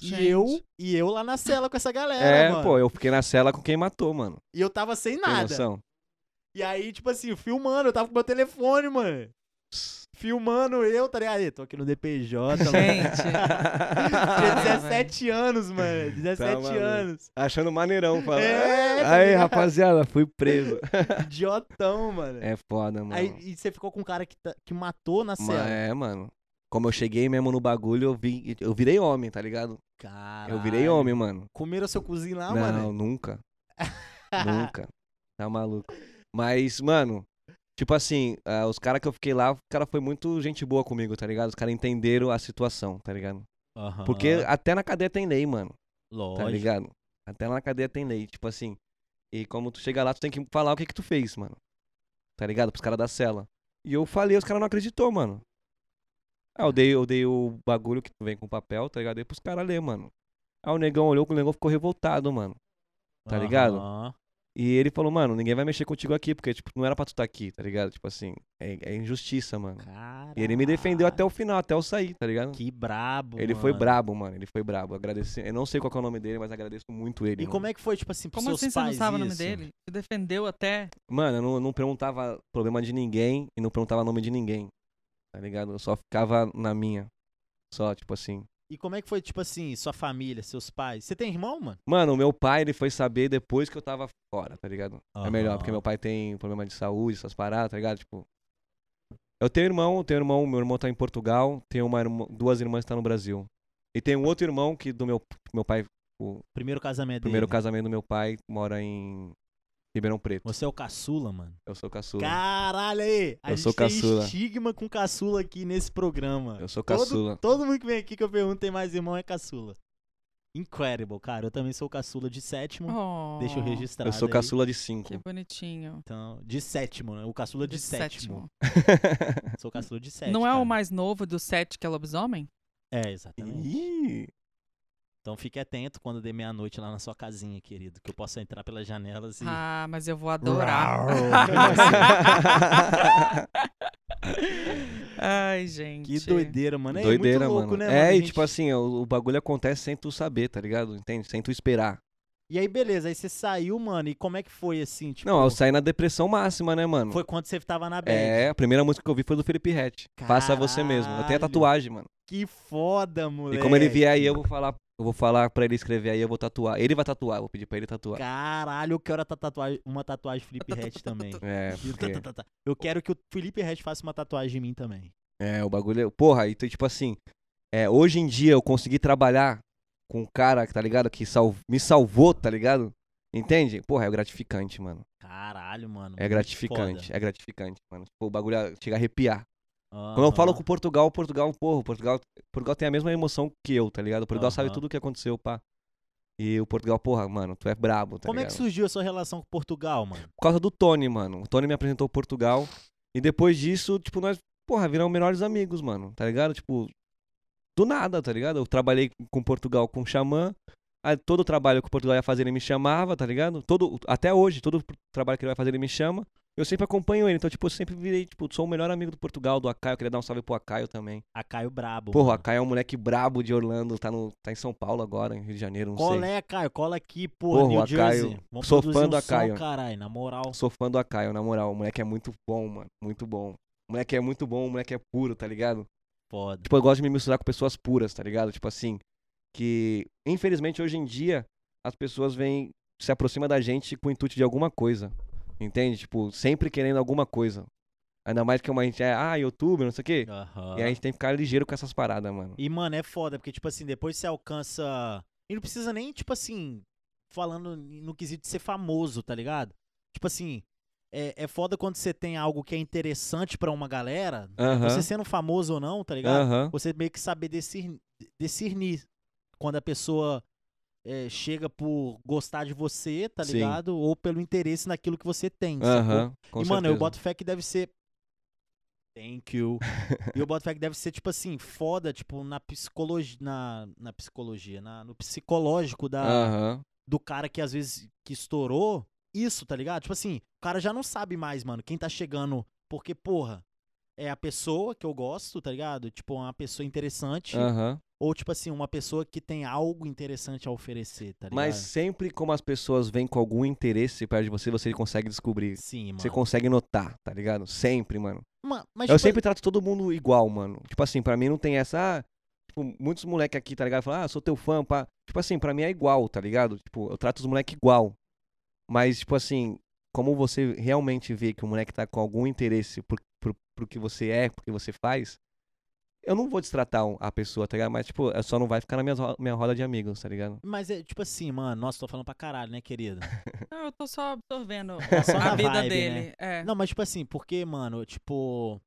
S2: Gente.
S1: E eu, e eu lá na cela com essa galera,
S3: É,
S1: mano.
S3: pô, eu fiquei na cela com quem matou, mano.
S1: E eu tava sem
S3: Tem
S1: nada.
S3: noção?
S1: E aí, tipo assim, filmando, eu tava com meu telefone, mano. Filmando eu, tá ligado? Aí, tô aqui no DPJ, mano.
S2: Gente.
S1: Tinha
S2: Ah,
S1: 17 anos, mano. 17
S3: Tá maluco.
S1: anos.
S3: Achando maneirão, fala.
S1: É, tá
S3: Aí,
S1: ligado?
S3: rapaziada, fui preso.
S1: Idiotão, mano.
S3: É foda, mano.
S1: aí, e você ficou com um cara que, tá- que matou na
S3: Ma-
S1: cela.
S3: É, mano. Como eu cheguei mesmo no bagulho, eu, vi, eu virei homem, tá ligado?
S1: Caralho.
S3: Eu virei homem, mano.
S1: Comeram seu cozinho lá,
S3: Não,
S1: mano? é
S3: nunca. nunca. Tá maluco. Mas, mano, tipo assim, ah, os caras que eu fiquei lá, o cara foi muito gente boa comigo, tá ligado? Os caras entenderam a situação, tá ligado?
S1: Aham.
S3: Porque até na cadeia tem lei, mano.
S1: Lógico.
S3: Tá ligado? Até lá na cadeia tem lei, tipo assim. E como tu chega lá, tu tem que falar o que que tu fez, mano. Tá ligado? Pros caras da cela. E eu falei, os caras não acreditou, mano. Ah, eu dei, eu dei o bagulho que tu vem com papel, tá ligado? Dei pros caras ler, mano. Aí o negão olhou, o negão ficou revoltado, mano. tá ligado?
S1: Aham.
S3: E ele falou, mano, ninguém vai mexer contigo aqui, porque, tipo, não era pra tu tá aqui, tá ligado? Tipo assim, é, é injustiça, mano.
S1: Caralho.
S3: E ele me defendeu até o final, até eu sair, tá ligado?
S1: Que brabo,
S3: Ele foi
S1: mano.
S3: brabo, mano. Ele foi brabo. Agradecer. Eu não sei qual que é o nome dele, mas agradeço muito ele. um
S1: E
S3: mano.
S1: como é que foi, tipo assim, pros
S2: Como
S1: seus
S2: assim você não
S1: pais
S2: sabe o nome
S1: isso?
S2: dele? Você defendeu até.
S3: Mano, eu não, não perguntava problema de ninguém e não perguntava nome de ninguém. Tá ligado? Eu só ficava na minha. Só, tipo assim.
S1: E como é que foi, tipo assim, sua família, seus pais? Você tem irmão, mano?
S3: Mano, o meu pai, ele foi saber depois que eu tava fora, tá ligado? É melhor, porque
S1: Aham.
S3: meu pai tem problema de saúde, essas paradas, tá ligado? Tipo. Eu tenho irmão, eu tenho irmão, meu irmão tá em Portugal, tenho uma irmã- duas irmãs que tá no Brasil. E tem um outro irmão que do meu, meu pai, o
S1: Primeiro casamento
S3: primeiro
S1: dele.
S3: casamento do meu pai, mora em Ribeirão Preto.
S1: Você é o caçula, mano.
S3: Eu sou caçula.
S1: Caralho aí! A
S3: Eu
S1: gente
S3: sou caçula.
S1: tem estigma com caçula aqui nesse programa.
S3: Eu sou
S1: Todo-
S3: caçula.
S1: Todo mundo que vem aqui que eu pergunto tem mais irmão é caçula. Incredible, cara. Eu também sou caçula de sétimo.
S2: Oh,
S1: Hum, Deixa eu registrar.
S3: Eu sou caçula de cinco.
S2: Que bonitinho.
S1: Então, de sétimo, né? O caçula de,
S2: De
S1: sétimo. Sou caçula de sétimo.
S2: Não é o
S1: cara.
S2: mais novo do sete que é lobisomem?
S1: É, exatamente.
S3: Ih,
S1: Então fique atento quando der meia-noite lá na sua casinha, querido. Que eu possa entrar pelas janelas e.
S2: Ah, mas eu vou adorar. Ai, gente.
S1: Que doideira, mano. É
S3: Doideira,
S1: muito louco,
S3: mano.
S1: né,
S3: é,
S1: mano? A
S3: e
S1: gente-
S3: tipo assim, o, o bagulho acontece sem tu saber, tá ligado? Entende? Sem tu esperar.
S1: E aí, beleza, aí você saiu, mano, e como é que foi assim? Tipo,
S3: Não, eu saí na depressão máxima, né, mano?
S1: foi quando você tava na bad.
S3: É, a primeira música que eu vi foi do Felipe Rett. Faça você mesmo. Eu tenho a
S1: Caralho.
S3: tatuagem, mano.
S1: Que foda, moleque.
S3: E como ele vier aí, eu vou falar. Eu vou falar pra ele escrever aí, eu vou tatuar. Ele vai tatuar, eu vou pedir pra ele tatuar.
S1: Caralho, eu quero a tatuagem, uma tatuagem Felipe Hatch também.
S3: É,
S1: tá
S3: porque...
S1: Eu quero que o Felipe Hatch faça uma tatuagem em mim também.
S3: É, o bagulho. é- Porra, e tu, tipo assim, É, hoje em dia eu consegui trabalhar com um cara, tá ligado? Que sal- me salvou, tá ligado? Entende? Porra, é gratificante, mano.
S1: Caralho, mano.
S3: É gratificante, é gratificante, mano. Tipo, o bagulho chega a arrepiar. Quando
S1: Quando
S3: eu falo com Portugal, Portugal, porra, Portugal, Portugal tem a mesma emoção que eu, tá ligado? Portugal sabe
S1: Aham.
S3: tudo o que aconteceu, pá. E o Portugal, porra, mano, tu é brabo, tá
S1: Como é
S3: ligado?
S1: que surgiu a sua relação com Portugal, mano?
S3: Por causa do Tony, mano. O Tony me apresentou Portugal. E depois disso, tipo, nós, porra, viramos melhores amigos, mano. Tá ligado? Tipo, do nada, tá ligado? Eu trabalhei com Portugal com xamã. Aí todo o trabalho que o Portugal ia fazer, ele me chamava, tá ligado? Todo, até hoje, todo o trabalho que ele vai fazer, ele me chama. Eu sempre acompanho ele. Então, tipo, eu sempre virei, tipo, sou o melhor amigo do Portugal, do Acaio. Eu queria dar um salve pro Acaio também.
S1: A Caio Brabo.
S3: Porra, o
S1: mano.
S3: Acaio é um moleque brabo de Orlando. Tá, no, tá em São Paulo agora, em Rio de Janeiro, não
S1: Cola
S3: sei.
S1: é, Caio? Cola aqui, porra,
S3: Porra,
S1: New
S3: a Caio-
S1: Jersey. Vamos
S3: sou
S1: produzir
S3: fã
S1: um
S3: da
S1: som,
S3: Caio.
S1: Caralho, na moral.
S3: Sou fã do Acaio, na moral. O moleque é muito bom, mano. Muito bom. O moleque é muito bom, o moleque é puro, tá ligado?
S1: Foda.
S3: Tipo, eu gosto de me misturar com pessoas puras, tá ligado? Tipo assim, que infelizmente hoje em dia as pessoas vêm, se aproximam da gente com o intuito de alguma coisa, entende? Tipo, sempre querendo alguma coisa. Ainda mais que uma, a gente é, ah, youtuber, não sei o quê.
S1: Aham.
S3: E a gente tem que ficar ligeiro com essas paradas, mano.
S1: E, mano, é foda, porque, tipo assim, depois você alcança. E não precisa nem, tipo assim, falando no quesito de ser famoso, tá ligado? Tipo assim, é, é foda quando você tem algo que é interessante pra uma galera.
S3: Aham,
S1: Você sendo famoso ou não, tá ligado?
S3: aham.
S1: Você meio que saber discernir, discernir quando a pessoa é, chega por gostar de você, tá
S3: Sim.
S1: ligado? Ou pelo interesse naquilo que você tem. sacou?
S3: Aham, com
S1: e, mano, eu
S3: certeza.
S1: boto fé que deve ser. Thank you. e eu boto fé que deve ser, tipo assim, foda, tipo, na psicologia. Na, na psicologia, na- no psicológico da,
S3: Aham,
S1: do cara que às vezes que estourou. Isso, tá ligado? Tipo assim, o cara já não sabe mais, mano, quem tá chegando. Porque, porra, é a pessoa que eu gosto, tá ligado? Tipo, uma pessoa interessante.
S3: aham.
S1: Ou, tipo assim, uma pessoa que tem algo interessante a oferecer, tá ligado?
S3: Mas sempre como as pessoas vêm com algum interesse perto de você, você consegue descobrir.
S1: Sim, mano.
S3: Você consegue notar, tá ligado? Sempre, mano.
S1: Ma- mas,
S3: eu
S1: tipo,
S3: sempre trato todo mundo igual, mano. Tipo assim, pra mim não tem essa. ah, Tipo, muitos moleque aqui, tá ligado? Falam, ah, sou teu fã, pá. Tipo assim, pra mim é igual, tá ligado? Tipo, eu trato os moleque igual. Mas, tipo assim, como você realmente vê que o moleque tá com algum interesse por, por, por que você é, por que você faz, eu não vou destratar um- a pessoa, tá ligado? Mas, tipo, eu só não vai ficar na minha, ro- minha roda de amigos, tá ligado?
S1: Mas é tipo assim, mano. Nossa, tô falando pra caralho, né, querido?
S2: Não, eu tô só absorvendo
S1: Tá só na
S2: a vida
S1: vibe,
S2: dele.
S1: né?
S2: É.
S1: Não, mas tipo assim, porque, mano, tipo.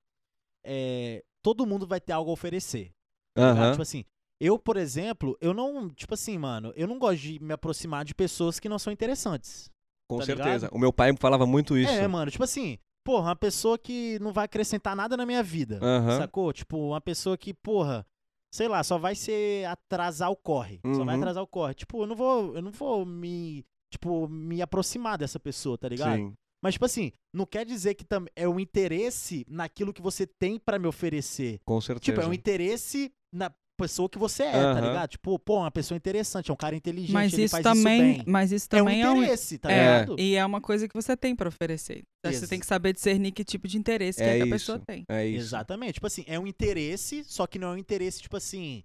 S1: É, todo mundo vai ter algo a oferecer. tá ligado?
S3: Aham.
S1: Tipo assim, eu, por exemplo, eu não. Tipo assim, mano, eu não gosto de me aproximar de pessoas que não são interessantes.
S3: Com
S1: tá
S3: certeza.
S1: ligado?
S3: O meu pai falava muito isso.
S1: É, mano, tipo assim, porra, uma pessoa que não vai acrescentar nada na minha vida.
S3: Aham.
S1: Sacou? Tipo, uma pessoa que, porra, sei lá, só vai ser atrasar o corre. Só vai
S3: Uhum.
S1: atrasar o corre. Tipo, eu não vou, eu não vou me. Tipo, me aproximar dessa pessoa, tá ligado?
S3: Sim.
S1: Mas, tipo assim, não quer dizer que tam- é o interesse naquilo que você tem pra me oferecer.
S3: Com certeza.
S1: Tipo, é um interesse na pessoa que você é, tá
S3: Aham.
S1: ligado? Tipo, pô, uma pessoa interessante, é um cara inteligente,
S2: Mas
S1: ele
S2: isso
S1: faz
S2: também,
S1: isso bem.
S2: mas isso
S1: É um
S2: também é um,
S1: interesse, tá
S2: é,
S1: ligado?
S2: e é uma coisa que você tem pra oferecer. Então, Você
S1: Ex-
S2: tem que saber discernir que tipo de interesse
S3: É
S2: que a
S3: isso.
S2: pessoa tem.
S3: É isso.
S1: Exatamente. Tipo assim, é um interesse, só que não é um interesse, tipo assim.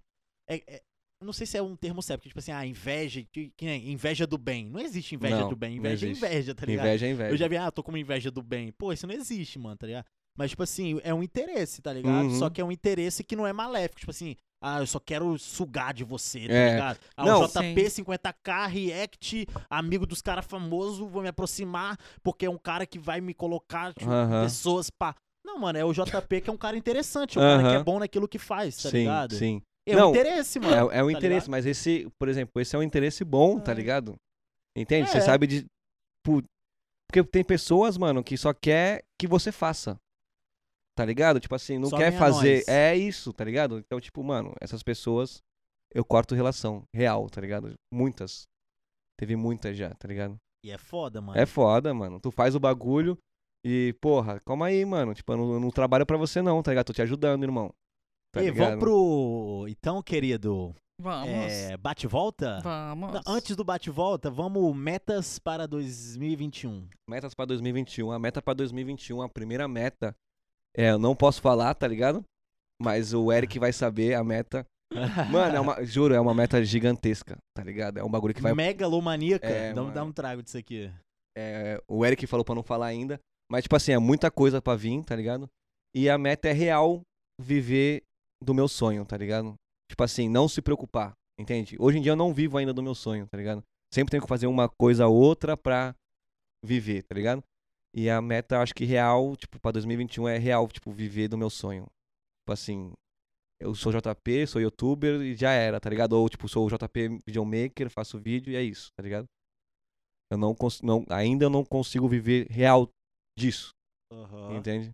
S1: É, é- eu não sei se é um termo certo, porque, tipo assim, ah, inveja, que, que nem inveja do bem. Não existe inveja
S3: Não,
S1: do bem,
S3: não
S1: inveja é
S3: existe.
S1: inveja, tá ligado?
S3: Inveja é inveja.
S1: Eu já vi, ah, tô com uma inveja do bem. Pô, isso não existe, mano, tá ligado? Mas, tipo assim, é um interesse, tá ligado?
S3: Uhum.
S1: Só que é um interesse que não é maléfico. Tipo assim, ah, eu só quero sugar de você, tá
S3: É.
S1: ligado? Ah,
S3: Não.
S1: o JP 50k, React, amigo dos caras famosos, vou me aproximar, porque é um cara que vai me colocar, tipo,
S3: Aham.
S1: pessoas pá. Não, mano, é o JP que é um cara interessante, é um cara que é
S3: Aham.
S1: bom naquilo que faz, tá
S3: sim,
S1: ligado?
S3: sim.
S1: É um
S3: Não,
S1: interesse, mano.
S3: É, é um
S1: tá
S3: interesse, mas esse, por exemplo, esse é um interesse bom, tá
S1: É.
S3: ligado? Entende?
S1: É.
S3: Você sabe de. pu- Porque tem pessoas, mano, que só quer que você faça. Tá ligado? Tipo assim, não
S1: Só
S3: quer
S1: venha
S3: fazer.
S1: nós.
S3: É isso, tá ligado? Então, tipo, mano, essas pessoas eu corto relação real, tá ligado? Muitas. Teve muitas já, tá ligado?
S1: E é foda, mano.
S3: É foda, mano. Tu faz o bagulho e, porra, calma aí, mano. Tipo, eu não, eu não trabalho pra você não, tá ligado? Tô te ajudando, irmão. Tá
S1: Ei, vamos
S3: ligado?
S1: pro. Então, querido,
S2: Vamos.
S1: é, bate e volta?
S2: Vamos.
S1: Não, Antes do bate-volta, vamos metas para 2021.
S3: Metas pra 2021. A meta pra 2021, a primeira meta. É, eu não posso falar, tá ligado? Mas o Eric vai saber a meta. Mano, é uma, juro, é uma meta gigantesca, tá ligado? É um bagulho que vai.
S1: Megalomaníaca.
S3: É,
S1: dá, um- dá
S3: mano.
S1: um trago disso aqui.
S3: é, o Eric falou pra não falar ainda. Mas, tipo assim, é muita coisa pra vir, tá ligado? E a meta é real viver do meu sonho, tá ligado? Tipo assim, não se preocupar, entende? Hoje em dia eu não vivo ainda do meu sonho, tá ligado? Sempre tenho que fazer uma coisa ou outra pra viver, tá ligado? E a meta, acho que real, tipo, pra 2021 é real, tipo, viver do meu sonho. Tipo assim, eu sou JP, sou youtuber e já era, tá ligado? Ou, tipo, sou JP videomaker, faço vídeo e é isso, tá ligado? Eu não, cons- não ainda eu não consigo viver real disso,
S1: Aham.
S3: entende?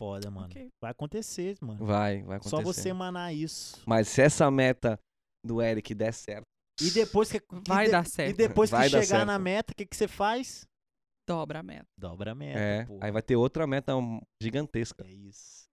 S1: Foda, mano.
S2: Ok.
S1: Vai acontecer, mano.
S3: Vai, vai acontecer.
S1: Só você manar isso.
S3: Mas se essa meta do Eric der certo,
S1: E depois que. e
S2: Vai
S1: de-
S2: dar
S1: E
S2: certo.
S1: depois que
S3: Vai dar
S1: chegar na
S3: certo.
S1: meta, o que, que você faz?
S2: Dobra a meta.
S1: Dobra a meta.
S3: é,
S1: pô.
S3: aí vai ter outra meta hum, gigantesca.
S1: É isso.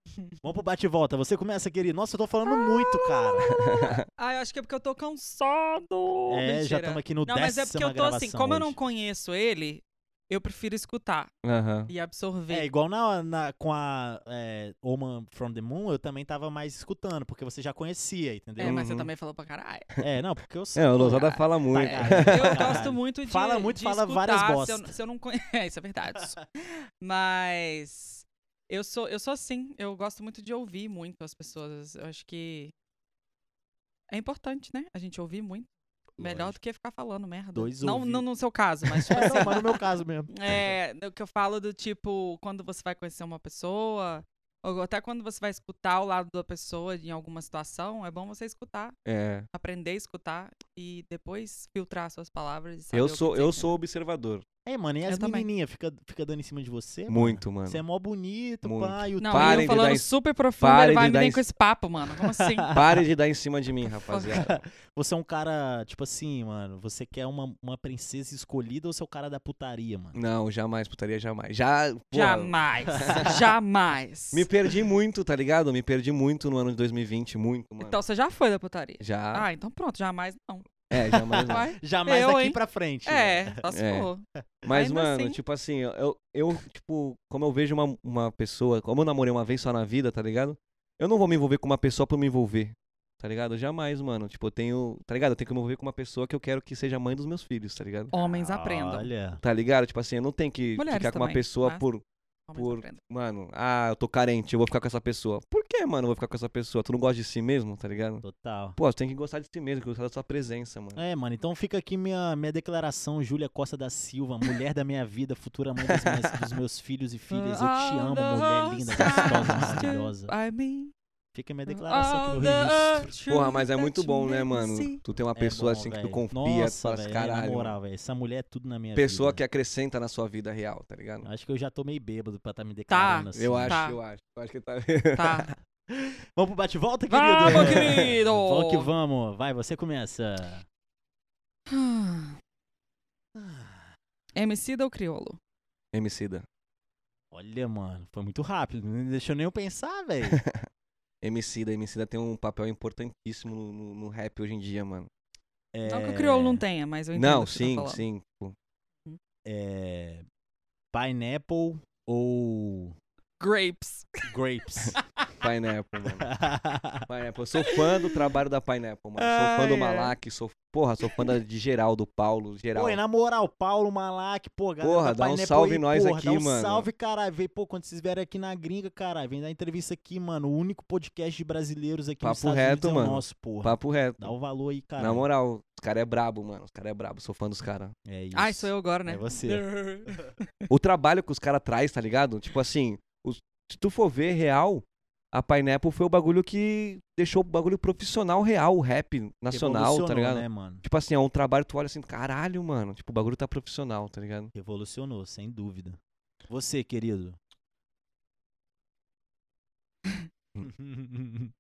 S1: Vamos pro bate-volta. Você começa, querido. Nossa, eu tô falando muito, cara.
S2: Ah, eu acho que é porque eu tô cansado.
S1: é, já
S2: Mentira.
S1: estamos aqui no
S2: Não, mas é porque eu tô assim, como eu não
S1: hoje.
S2: conheço ele, eu prefiro escutar
S3: Aham.
S2: e absorver.
S1: É, igual na, na- com a é, Woman from the Moon, eu também tava mais escutando, porque você já conhecia, entendeu?
S2: É, mas você
S3: Uhum.
S2: também falou pra caralho.
S1: É, não, porque eu sei.
S3: É, o
S1: pô,
S3: Lousada
S1: cara.
S3: fala muito.
S1: Tá,
S2: Eu
S1: cara.
S2: gosto muito de.
S1: Fala muito,
S2: de
S1: fala
S2: escutar,
S1: várias
S2: Se eu,
S1: bosta.
S2: se eu não conheço. É, isso é verdade. Mas. Eu sou, eu sou assim. Eu gosto muito de ouvir muito as pessoas. Eu acho que. É importante, né? A gente ouvir muito. Melhor do que ficar falando merda.
S1: Dois
S2: não,
S1: ouvidos.
S2: não no seu caso, mas tipo
S1: É,
S2: assim.
S1: não, mas no meu caso mesmo.
S2: É, o que eu falo do tipo, quando você vai conhecer uma pessoa, ou até quando você vai escutar o lado da pessoa em alguma situação, é bom você escutar,
S3: É.
S2: aprender a escutar e depois filtrar suas palavras. e saber o
S3: Eu
S2: que
S3: sou,
S2: dizer
S3: eu
S2: com
S3: sou observador.
S1: É, mano, e as
S2: Eu também.
S1: menininhas fica, fica dando em cima de você? mano?
S3: Muito, mano.
S1: Você é mó bonito,
S3: Muito.
S1: pai. O
S2: Não,
S3: Parem
S2: eu
S3: um de
S2: falando
S3: dar ins-
S2: super profundo,
S3: parem
S2: ele vai
S3: de
S2: me
S3: dar
S2: vem
S3: ins-
S2: com esse papo, mano. Como assim?
S3: Pare de dar em cima de mim, rapaziada.
S1: Você é um cara, tipo assim, mano, você quer uma, uma princesa escolhida ou você é o cara da putaria, mano?
S3: Não, jamais, putaria jamais. Já, pô,
S2: jamais, jamais.
S3: me perdi muito, tá ligado? Me perdi muito no ano de 2020, muito, mano.
S2: Então você já foi da putaria.
S3: Já.
S2: Ah, então pronto, jamais não.
S3: É, jamais. não.
S2: Vai.
S1: Jamais
S2: Eu,
S1: daqui
S2: hein?
S1: pra frente.
S2: É, só se
S3: É.
S2: for.
S3: Mas,
S2: Ainda
S3: mano,
S2: assim.
S3: tipo assim, eu, eu- eu, tipo, como eu vejo uma, uma pessoa, como eu namorei uma vez só na vida, tá ligado? Eu não vou me envolver com uma pessoa pra me envolver, tá ligado? Jamais, mano. Tipo, eu tenho, tá ligado? Eu tenho que me envolver com uma pessoa que eu quero que seja mãe dos meus filhos, tá ligado?
S2: Homens aprendam.
S1: Olha.
S3: Tá ligado? Tipo assim, eu não tenho que
S2: Mulheres
S3: ficar com uma
S2: também, né?
S3: pessoa
S2: mas-
S3: por,
S2: Homens
S3: Por-
S2: aprendam.
S3: mano, ah, eu tô carente, eu vou ficar com essa pessoa. Por que, mano, eu vou ficar com essa pessoa? Tu não gosta de si mesmo, tá ligado?
S1: Total.
S3: Pô, tu tem que gostar de si mesmo, gostar da sua presença, mano.
S1: É, mano, então fica aqui minha, minha declaração, Júlia Costa da Silva, mulher da minha vida, futura mãe das minhas- dos meus filhos e filhas. Eu te amo, mulher linda, gostosa, maravilhosa.
S2: I mean,
S1: Fica
S3: É
S1: minha declaração aqui no
S2: all
S1: registro.
S2: the
S3: Porra, mas é
S2: truth
S3: muito
S2: that
S3: bom,
S2: you
S3: né,
S2: make me
S3: mano?
S2: see.
S3: Tu tem uma
S1: É
S3: pessoa
S1: bom,
S3: assim que tu
S1: velho.
S3: confia, tu
S1: Nossa,
S3: fala,
S1: velho, é,
S3: assim,
S1: Na
S3: caralho.
S1: moral, velho, essa mulher é tudo na minha
S3: pessoa
S1: vida.
S3: que
S1: Ah,
S3: acrescenta na sua vida real, tá ligado?
S1: Acho que eu já tô meio bêbado pra tá me declarando assim.
S3: Eu acho,
S2: Tá.
S3: eu acho. Eu acho que tá.
S2: Tá.
S1: Vamos pro bate-volta, querido?
S2: Vamos, querido!
S1: Vamos que vamos. Vai, você começa.
S3: Ah.
S2: MC ou Criolo?
S3: Emicida.
S1: Olha, mano, foi muito rápido. Não deixou nem eu pensar, velho.
S3: Emicida, Emicida tem um papel importantíssimo no, no- no rap hoje em dia, mano.
S2: Não que o
S1: É,
S2: Criolo não tenha, mas eu entendo
S3: Não,
S2: o que você tá
S3: sim,
S2: falando.
S3: sim. tipo, pô.
S1: É... Pineapple ou
S2: Grapes.
S1: grapes?
S3: Pineapple, mano. Pineapple. Eu sou fã do trabalho da Pineapple, mano. Sou fã
S2: Ai,
S3: do
S2: ai.
S3: Malak, sou. Porra, sou fã da- de geral, do Paulo, geral.
S1: pô, e na moral, Paulo Malak, pô, galera
S3: Porra,
S1: da
S3: dá um
S1: Pineapple
S3: salve
S1: aí,
S3: nós
S1: porra,
S3: aqui,
S1: dá um
S3: mano.
S1: salve, caralho. Vem, Pô, quando vocês vierem aqui na gringa, caralho, vem dar entrevista aqui, mano. O único podcast de brasileiros aqui nos
S3: Papo
S1: Estados
S3: reto,
S1: Unidos é o
S3: mano.
S1: nosso, porra.
S3: Papo reto.
S1: Dá um o valor aí,
S3: Na
S1: caralho.
S3: moral, os caras é brabo, mano. Os caras é brabo, sou fã dos caras.
S1: É isso.
S2: Ai, sou eu agora, né?
S1: É você.
S3: O trabalho que os caras traz, tá ligado? Tipo assim, os- se tu for ver real, a Pineapple foi o bagulho que deixou o bagulho profissional real, o rap nacional, tá
S1: Revolucionou,
S3: ligado?
S1: né, mano?
S3: Tipo assim, é um trabalho que tu olha assim, caralho, mano. Tipo, o bagulho tá profissional, tá ligado?
S1: Revolucionou, sem dúvida. Você, querido.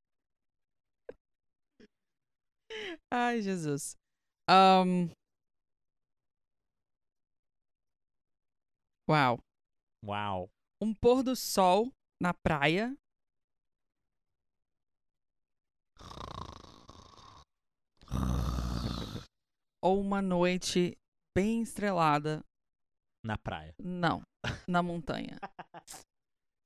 S2: Ai, Jesus. Ahn. Uau.
S1: Uau.
S2: Um pôr do sol na praia. Ou uma noite bem estrelada.
S1: Na praia.
S2: Não, na montanha.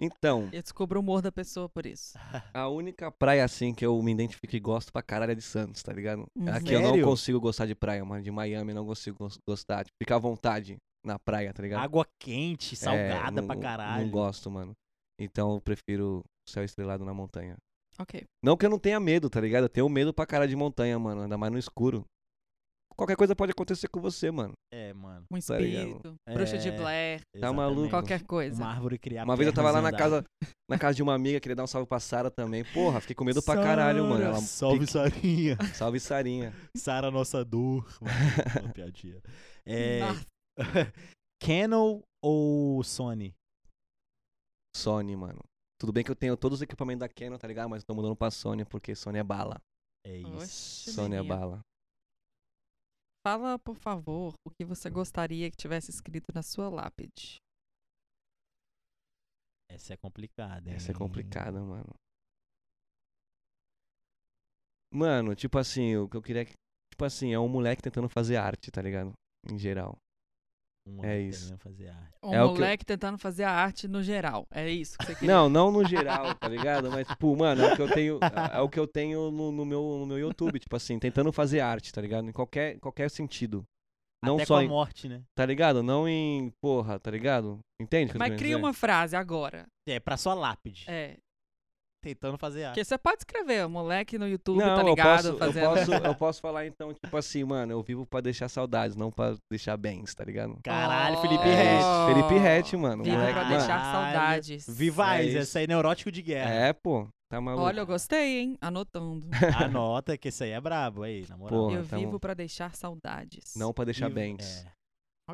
S3: Então,
S2: Eu descubro o humor da pessoa por isso.
S3: a única praia assim que eu me identifico e gosto pra caralho é de Santos, tá ligado?
S2: Uhum.
S3: Aqui eu não
S1: Hum, Sério?
S3: consigo gostar de praia, mano. De Miami eu não consigo gos- gostar. Tipo, ficar à vontade na praia, tá ligado?
S1: Água quente,
S3: É,
S1: salgada
S3: não-
S1: pra caralho.
S3: Não gosto, mano. Então eu prefiro céu estrelado na montanha.
S2: Ok.
S3: Não que eu não tenha medo, tá ligado? Eu tenho medo pra cara de montanha, mano. Ainda mais no escuro. Qualquer coisa pode acontecer com você, mano.
S1: É, mano.
S2: Um
S3: Tá ligado.
S2: espírito, bruxa de
S1: É,
S2: Blair,
S3: Tá maluco?
S1: exatamente.
S2: qualquer coisa.
S1: Uma árvore criar
S3: Uma vez eu tava lá na
S1: pernas e andar.
S3: casa, na casa de uma amiga, queria dar um salve pra Sara também. Porra, fiquei com medo pra caralho, mano. Ela
S1: Salve,
S3: pique-
S1: Sarinha.
S3: salve Sarinha.
S1: Sara, nossa dor. Mano, uma piadinha. É,
S2: Nossa,
S1: Canon ou Sony?
S3: Sony, mano. Tudo bem que eu tenho todos os equipamentos da Canon, tá ligado? Mas eu tô mudando pra Sony, porque Sony é bala.
S1: É
S2: Oxe,
S1: isso.
S3: Sony é
S2: Menino.
S3: bala.
S2: fala, por favor, o que você gostaria que tivesse escrito na sua lápide.
S1: Essa é complicada, hein?
S3: Essa é complicada, mano. Mano, tipo assim, o que eu queria. que- Tipo assim, é um moleque tentando fazer arte, tá ligado? Em geral.
S1: Um
S3: É
S1: homem
S3: isso.
S1: querendo fazer arte.
S2: Um
S3: É o que eu-
S2: moleque tentando fazer a arte no geral. É isso que você queria.
S3: Não, não no geral, tá ligado? Mas, tipo, mano, é o que eu tenho, é o que eu tenho no, no meu, no meu YouTube, tipo assim, tentando fazer arte, tá ligado? Em qualquer, qualquer sentido. Não
S1: Até
S3: só
S1: com a
S3: em.
S1: morte, né?
S3: Tá ligado? Não em. Porra, tá ligado? Entende? o que eu tô
S2: Mas
S3: querendo
S2: cria
S3: dizer?
S2: uma frase agora.
S1: É, pra sua lápide.
S2: É.
S1: Tentando fazer arte.
S2: Porque você pode escrever, um moleque no YouTube,
S3: Não,
S2: tá
S3: eu
S2: ligado?
S3: posso,
S2: fazendo...
S3: eu, posso, eu posso falar então, tipo assim, mano, eu vivo pra deixar saudades, não pra deixar bens, tá ligado?
S1: Caralho,
S2: Oh.
S1: Felipe
S3: É
S1: Rett.
S3: isso, Felipe Rett, mano.
S2: Viva
S1: moleque,
S2: pra
S1: mano.
S2: deixar
S1: Caralho.
S2: saudades.
S3: É
S1: Vivais,
S3: isso.
S1: essa aí é neurótico de guerra.
S3: É, pô, tá maluco.
S2: Olha, eu gostei, hein? Anotando.
S1: Anota que esse aí é brabo aí, na moral.
S3: Porra,
S2: eu
S3: tá
S2: vivo
S3: bom.
S2: pra deixar saudades.
S3: Não pra deixar
S1: Viva-
S3: bens.
S1: é.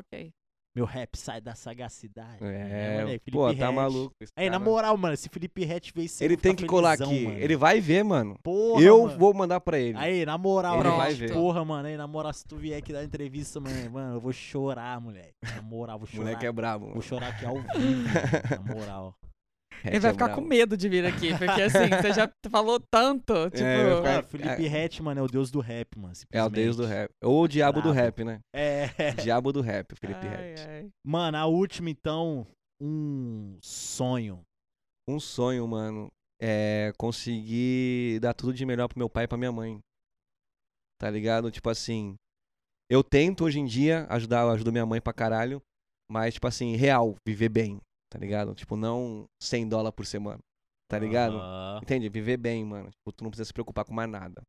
S2: Ok.
S1: Meu rap sai da sagacidade.
S3: É,
S1: moleque, Felipe
S3: pô, tá
S1: Rett.
S3: maluco. esse
S1: Aí, na
S3: cara.
S1: moral, mano, se Felipe Rett veio esse
S3: Ele
S1: eu vou
S3: tem
S1: ficar
S3: que colar
S1: felizão,
S3: aqui.
S1: mano.
S3: Ele vai ver, mano.
S1: Porra,
S3: eu
S1: mano.
S3: vou mandar pra ele.
S1: Aí, na moral,
S3: Ele
S1: mano,
S3: vai ver.
S1: porra, mano, aí, na moral, se tu vier aqui dar entrevista, mano, mano, eu vou chorar, moleque. Na moral, vou
S3: o
S1: chorar.
S3: moleque é brabo.
S1: Vou chorar aqui ao vivo, mano, na moral.
S2: Ele
S3: é
S2: vai ficar com medo de vir aqui, porque assim, você já falou tanto. Tipo,
S3: É, vai ficar-
S1: Mano, Felipe
S3: é.
S1: Rett, mano, é o deus do rap, mano.
S3: É o
S1: simplesmente.
S3: deus do rap. Ou o diabo do
S1: Brabo.
S3: rap, né?
S1: É.
S3: Diabo do rap, Felipe
S2: ai,
S3: Rett.
S2: ai.
S1: Mano, a última, então, um sonho.
S3: Um sonho, mano, é conseguir dar tudo de melhor pro meu pai e pra minha mãe. Tá ligado? Tipo assim, eu tento hoje em dia ajudar, eu ajudo minha mãe pra caralho, mas tipo assim, real, viver bem, tá ligado? Tipo, não 100 dólares por semana, tá ligado?
S1: Aham,
S3: Entende? Viver bem, mano. Tipo, tu não precisa se preocupar com mais nada,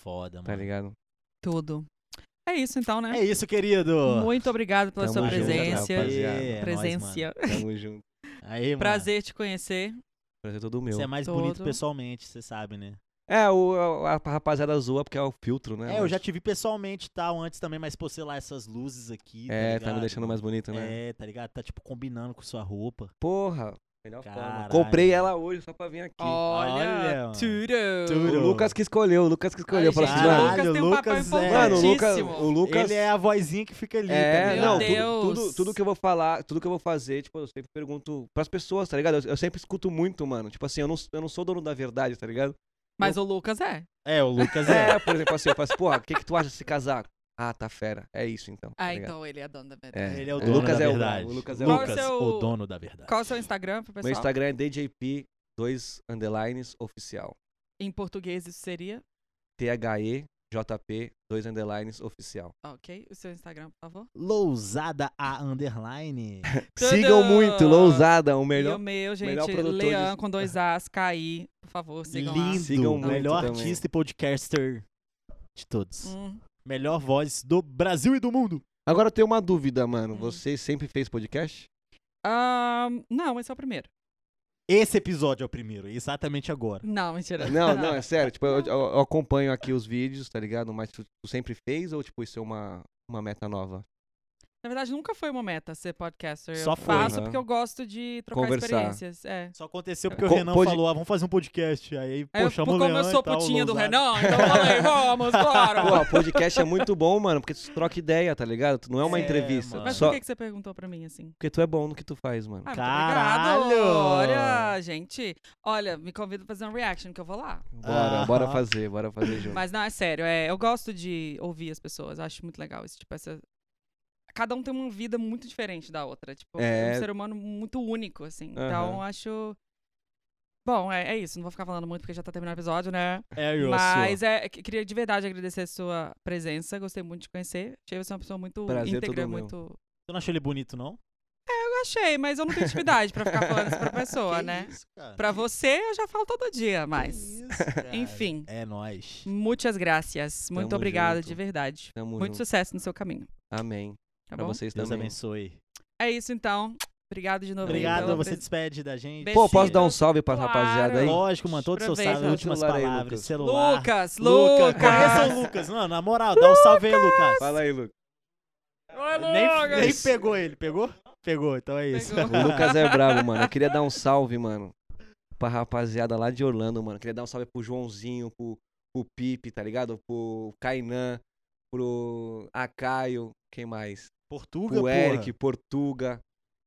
S1: foda,
S3: tá
S1: mano.
S3: ligado?
S2: Tudo. É isso então, né?
S1: É isso, querido.
S2: Muito obrigado pela
S3: Tamo
S2: sua
S3: junto,
S2: presença.
S3: rapaz.
S1: É nóis,
S2: presença.
S1: mano.
S3: Tamo junto.
S1: Aí, mano.
S2: Prazer te conhecer.
S3: Prazer todo meu.
S1: Você é mais
S2: Todo.
S1: bonito pessoalmente, você sabe, né?
S3: É, o, a, a rapaziada zoa porque é o filtro, né?
S1: É, eu
S3: mas-
S1: já te vi pessoalmente e tal, antes também, mas pô, sei lá, essas luzes aqui.
S3: É,
S1: ligado?
S3: tá me deixando mais bonito, né?
S1: É, tá ligado? Tá tipo combinando com sua roupa.
S3: Porra, melhor forma.
S1: Caralho.
S3: Comprei ela hoje só pra vir aqui.
S1: Olha,
S2: Olha,
S1: mano.
S2: tudo.
S1: Tudo.
S3: O Lucas que escolheu, o Lucas que escolheu.
S2: Ai,
S3: Falou
S2: gente,
S3: assim,
S1: Caralho,
S2: o Lucas tem
S1: Lucas
S2: um papel
S1: é-
S3: mano, mano, o Lucas,
S2: importantíssimo.
S3: o Lucas.
S1: Ele é a vozinha que fica ali. tá
S3: É,
S1: ligado?
S2: Meu
S3: não, tu-
S2: Deus.
S3: Tudo, tudo que eu vou falar, tudo que eu vou fazer, tipo, eu sempre pergunto pras pessoas, tá ligado? Eu, eu sempre escuto muito, mano. Tipo assim, eu não, eu não sou dono da verdade, tá ligado?
S2: Mas o Lucas é.
S1: É, o Lucas é.
S3: É, por exemplo, assim, eu faço, porra, o que, que tu acha desse casaco? Ah, tá fera. É isso então. tá
S2: Ah,
S3: ligado?
S2: então ele é dono da verdade.
S3: É.
S1: Ele é o dono
S3: Lucas
S1: da
S3: é o-
S1: verdade.
S3: o Lucas é o-
S1: Lucas,
S2: Qual o seu-
S1: o dono da verdade.
S2: Qual é o seu Instagram, pro
S3: Meu
S2: pessoal?
S3: Instagram é DJP, dois underlines oficial.
S2: Em português isso seria?
S3: T-H-E-J-P, dois underlines oficial.
S2: Ok. O seu Instagram, por favor.
S1: Lousada a underline.
S3: Sigam
S2: Tudo!
S3: muito, Lousada, o
S2: E o
S3: melhor.
S2: meu, gente,
S3: melhor produtor de-
S2: Leão com dois As, KI. Por favor, sigam lá.
S1: Lindo.
S3: Sigam
S1: o
S3: muito
S1: melhor
S3: também.
S1: artista e podcaster de todos.
S2: Hum.
S1: Melhor voz do Brasil e do mundo.
S3: Agora eu tenho uma dúvida, mano.
S2: Hum.
S3: Você sempre fez podcast?
S2: Ahn, não, esse é o primeiro.
S1: Esse episódio é o primeiro, exatamente agora.
S2: Não, mentira.
S3: Não, não, é sério. Tipo, eu, eu- eu acompanho aqui os vídeos, tá ligado? Mas tu, tu sempre fez ou, tipo, isso é uma, uma meta nova?
S2: Na verdade, nunca foi uma meta ser podcaster.
S1: Só
S2: eu
S1: foi.
S2: faço
S3: Aham.
S2: porque eu gosto de trocar
S3: Conversar.
S2: experiências. É.
S1: Só aconteceu porque
S3: Co-
S1: o Renan
S3: pod-
S1: falou, ah, vamos fazer um podcast. Aí, pô,
S2: Aí eu,
S1: chama o
S2: como
S1: Leão
S2: eu sou
S1: e tal,
S2: putinha do
S1: Lousada.
S2: Renan, então eu falei, vamos, bora.
S3: Pô, podcast é muito bom, mano, porque tu troca ideia, tá ligado? Tu não é uma
S1: É,
S3: entrevista.
S1: mano.
S2: Mas
S3: Só
S2: por que, que você perguntou pra mim assim?
S3: porque tu é bom no que tu faz, mano.
S2: Ah, muito
S1: Caralho!
S2: obrigado. Olha, gente. Olha, me convida pra fazer um reaction que eu vou lá.
S3: Bora,
S1: Aham.
S3: bora fazer, bora fazer junto.
S2: Ah. Mas não, é sério, é, eu gosto de ouvir as pessoas, acho muito legal esse tipo essa Cada um tem uma vida muito diferente da outra, tipo, é,
S3: É.
S2: um ser humano muito único assim.
S3: Aham.
S2: Então, acho Bom, é, é isso, não vou ficar falando muito porque já tá terminando o episódio, né?
S1: É, eu
S2: Mas é, que- queria de verdade agradecer a sua presença, gostei muito de te conhecer. Achei você uma pessoa muito
S3: Prazer todo
S2: íntegra,
S3: meu.
S2: muito
S1: Tu não achou ele bonito, não?
S2: Eu achei, mas eu não tenho intimidade pra ficar falando isso pra pessoa,
S1: Que
S2: né?
S1: Isso, cara.
S2: Pra você, eu já falo todo dia,
S1: Que
S2: mas.
S1: isso, cara.
S2: Enfim.
S1: É nóis.
S2: Muitas gracias. Muito
S3: Tamo
S2: obrigada,
S3: junto.
S2: de verdade.
S3: Tamo
S2: Muito
S3: junto.
S2: sucesso no seu caminho,
S3: Amém.
S2: tá
S3: pra
S2: bom?
S3: vocês
S1: Deus
S3: também.
S1: abençoe.
S2: É isso então. Obrigado de novo. aí
S1: Obrigado,
S2: pela
S1: você
S2: presença.
S1: despede da gente.
S2: Beijo.
S3: Pô, posso dar um salve pra
S2: Claro.
S3: rapaziada aí?
S1: Lógico, mano, todo seu
S2: Aproveita.
S1: salve, últimas
S3: Celular aí,
S1: palavras,
S3: Lucas.
S1: celular.
S2: Lucas,
S1: Luca,
S2: Lucas.
S1: Conheça o Lucas, mano, na moral, dá um salve aí, Lucas.
S3: Fala aí, Lucas.
S2: Oi,
S1: Nem, nem
S2: Lucas.
S1: pegou ele, pegou? Pegou, então é isso.
S2: Pegou.
S3: O Lucas é brabo, mano. Eu queria dar um salve, mano, pra rapaziada lá de Orlando, mano. Eu queria dar um salve pro Joãozinho, pro, pro Pipe, tá ligado? Pro Kainan, pro Acaio, quem mais?
S1: Portuga,
S3: Pro
S1: porra.
S3: Eric, Portuga.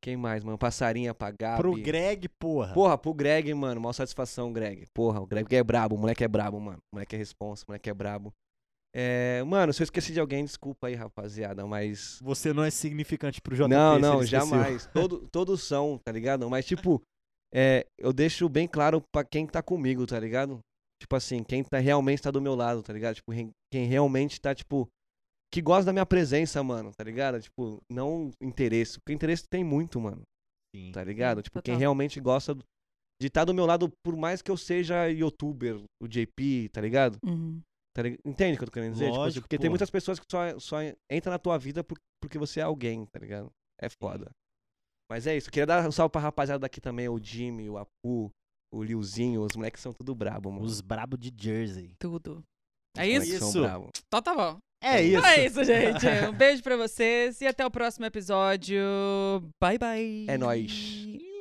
S3: Quem mais, mano? Passarinha, pra Gabi.
S1: Pro Greg, porra.
S3: Porra, pro Greg, mano. Maior satisfação, Greg. Porra, o Greg é brabo, o moleque é brabo, mano. O moleque é responsa, o moleque é brabo. É, mano, se eu esqueci de alguém, desculpa aí, rapaziada, mas
S1: Você não é significante pro JP,
S3: não,
S1: se
S3: não,
S1: ele esqueceu.
S3: jamais. Todo, todos são, tá ligado? Mas, tipo, é, eu deixo bem claro pra quem tá comigo, tá ligado? Tipo assim, quem tá, realmente tá do meu lado, tá ligado? Tipo, re- quem realmente tá, tipo, que gosta da minha presença, mano, tá ligado? Tipo, não interesse. Porque interesse tem muito, mano,
S1: Sim.
S3: tá ligado? Tipo, quem
S2: total.
S3: realmente gosta do- de estar tá do meu lado, por mais que eu seja youtuber, o JP, tá ligado?
S1: Hum,
S2: Uhum.
S3: Tá lig- Entende o que eu tô querendo dizer? Tipo assim,
S1: Lógico,
S3: porque tem
S1: pô.
S3: muitas pessoas que só, só entram na tua vida por- porque você é alguém, tá ligado? É foda. Mas é isso. Queria dar um salve pra rapaziada daqui também, o Jimmy, o Apu, o Liuzinho, os moleques são tudo brabo, mano.
S1: Os brabo de Jersey.
S2: Tudo.
S3: Os
S2: É
S3: moleques
S2: isso?
S1: isso?
S3: São brabo.
S2: Então tá bom.
S1: É
S3: Então
S1: isso.
S2: Então é isso, gente. Um beijo pra vocês e até o próximo episódio. Bye, bye.
S3: É nóis.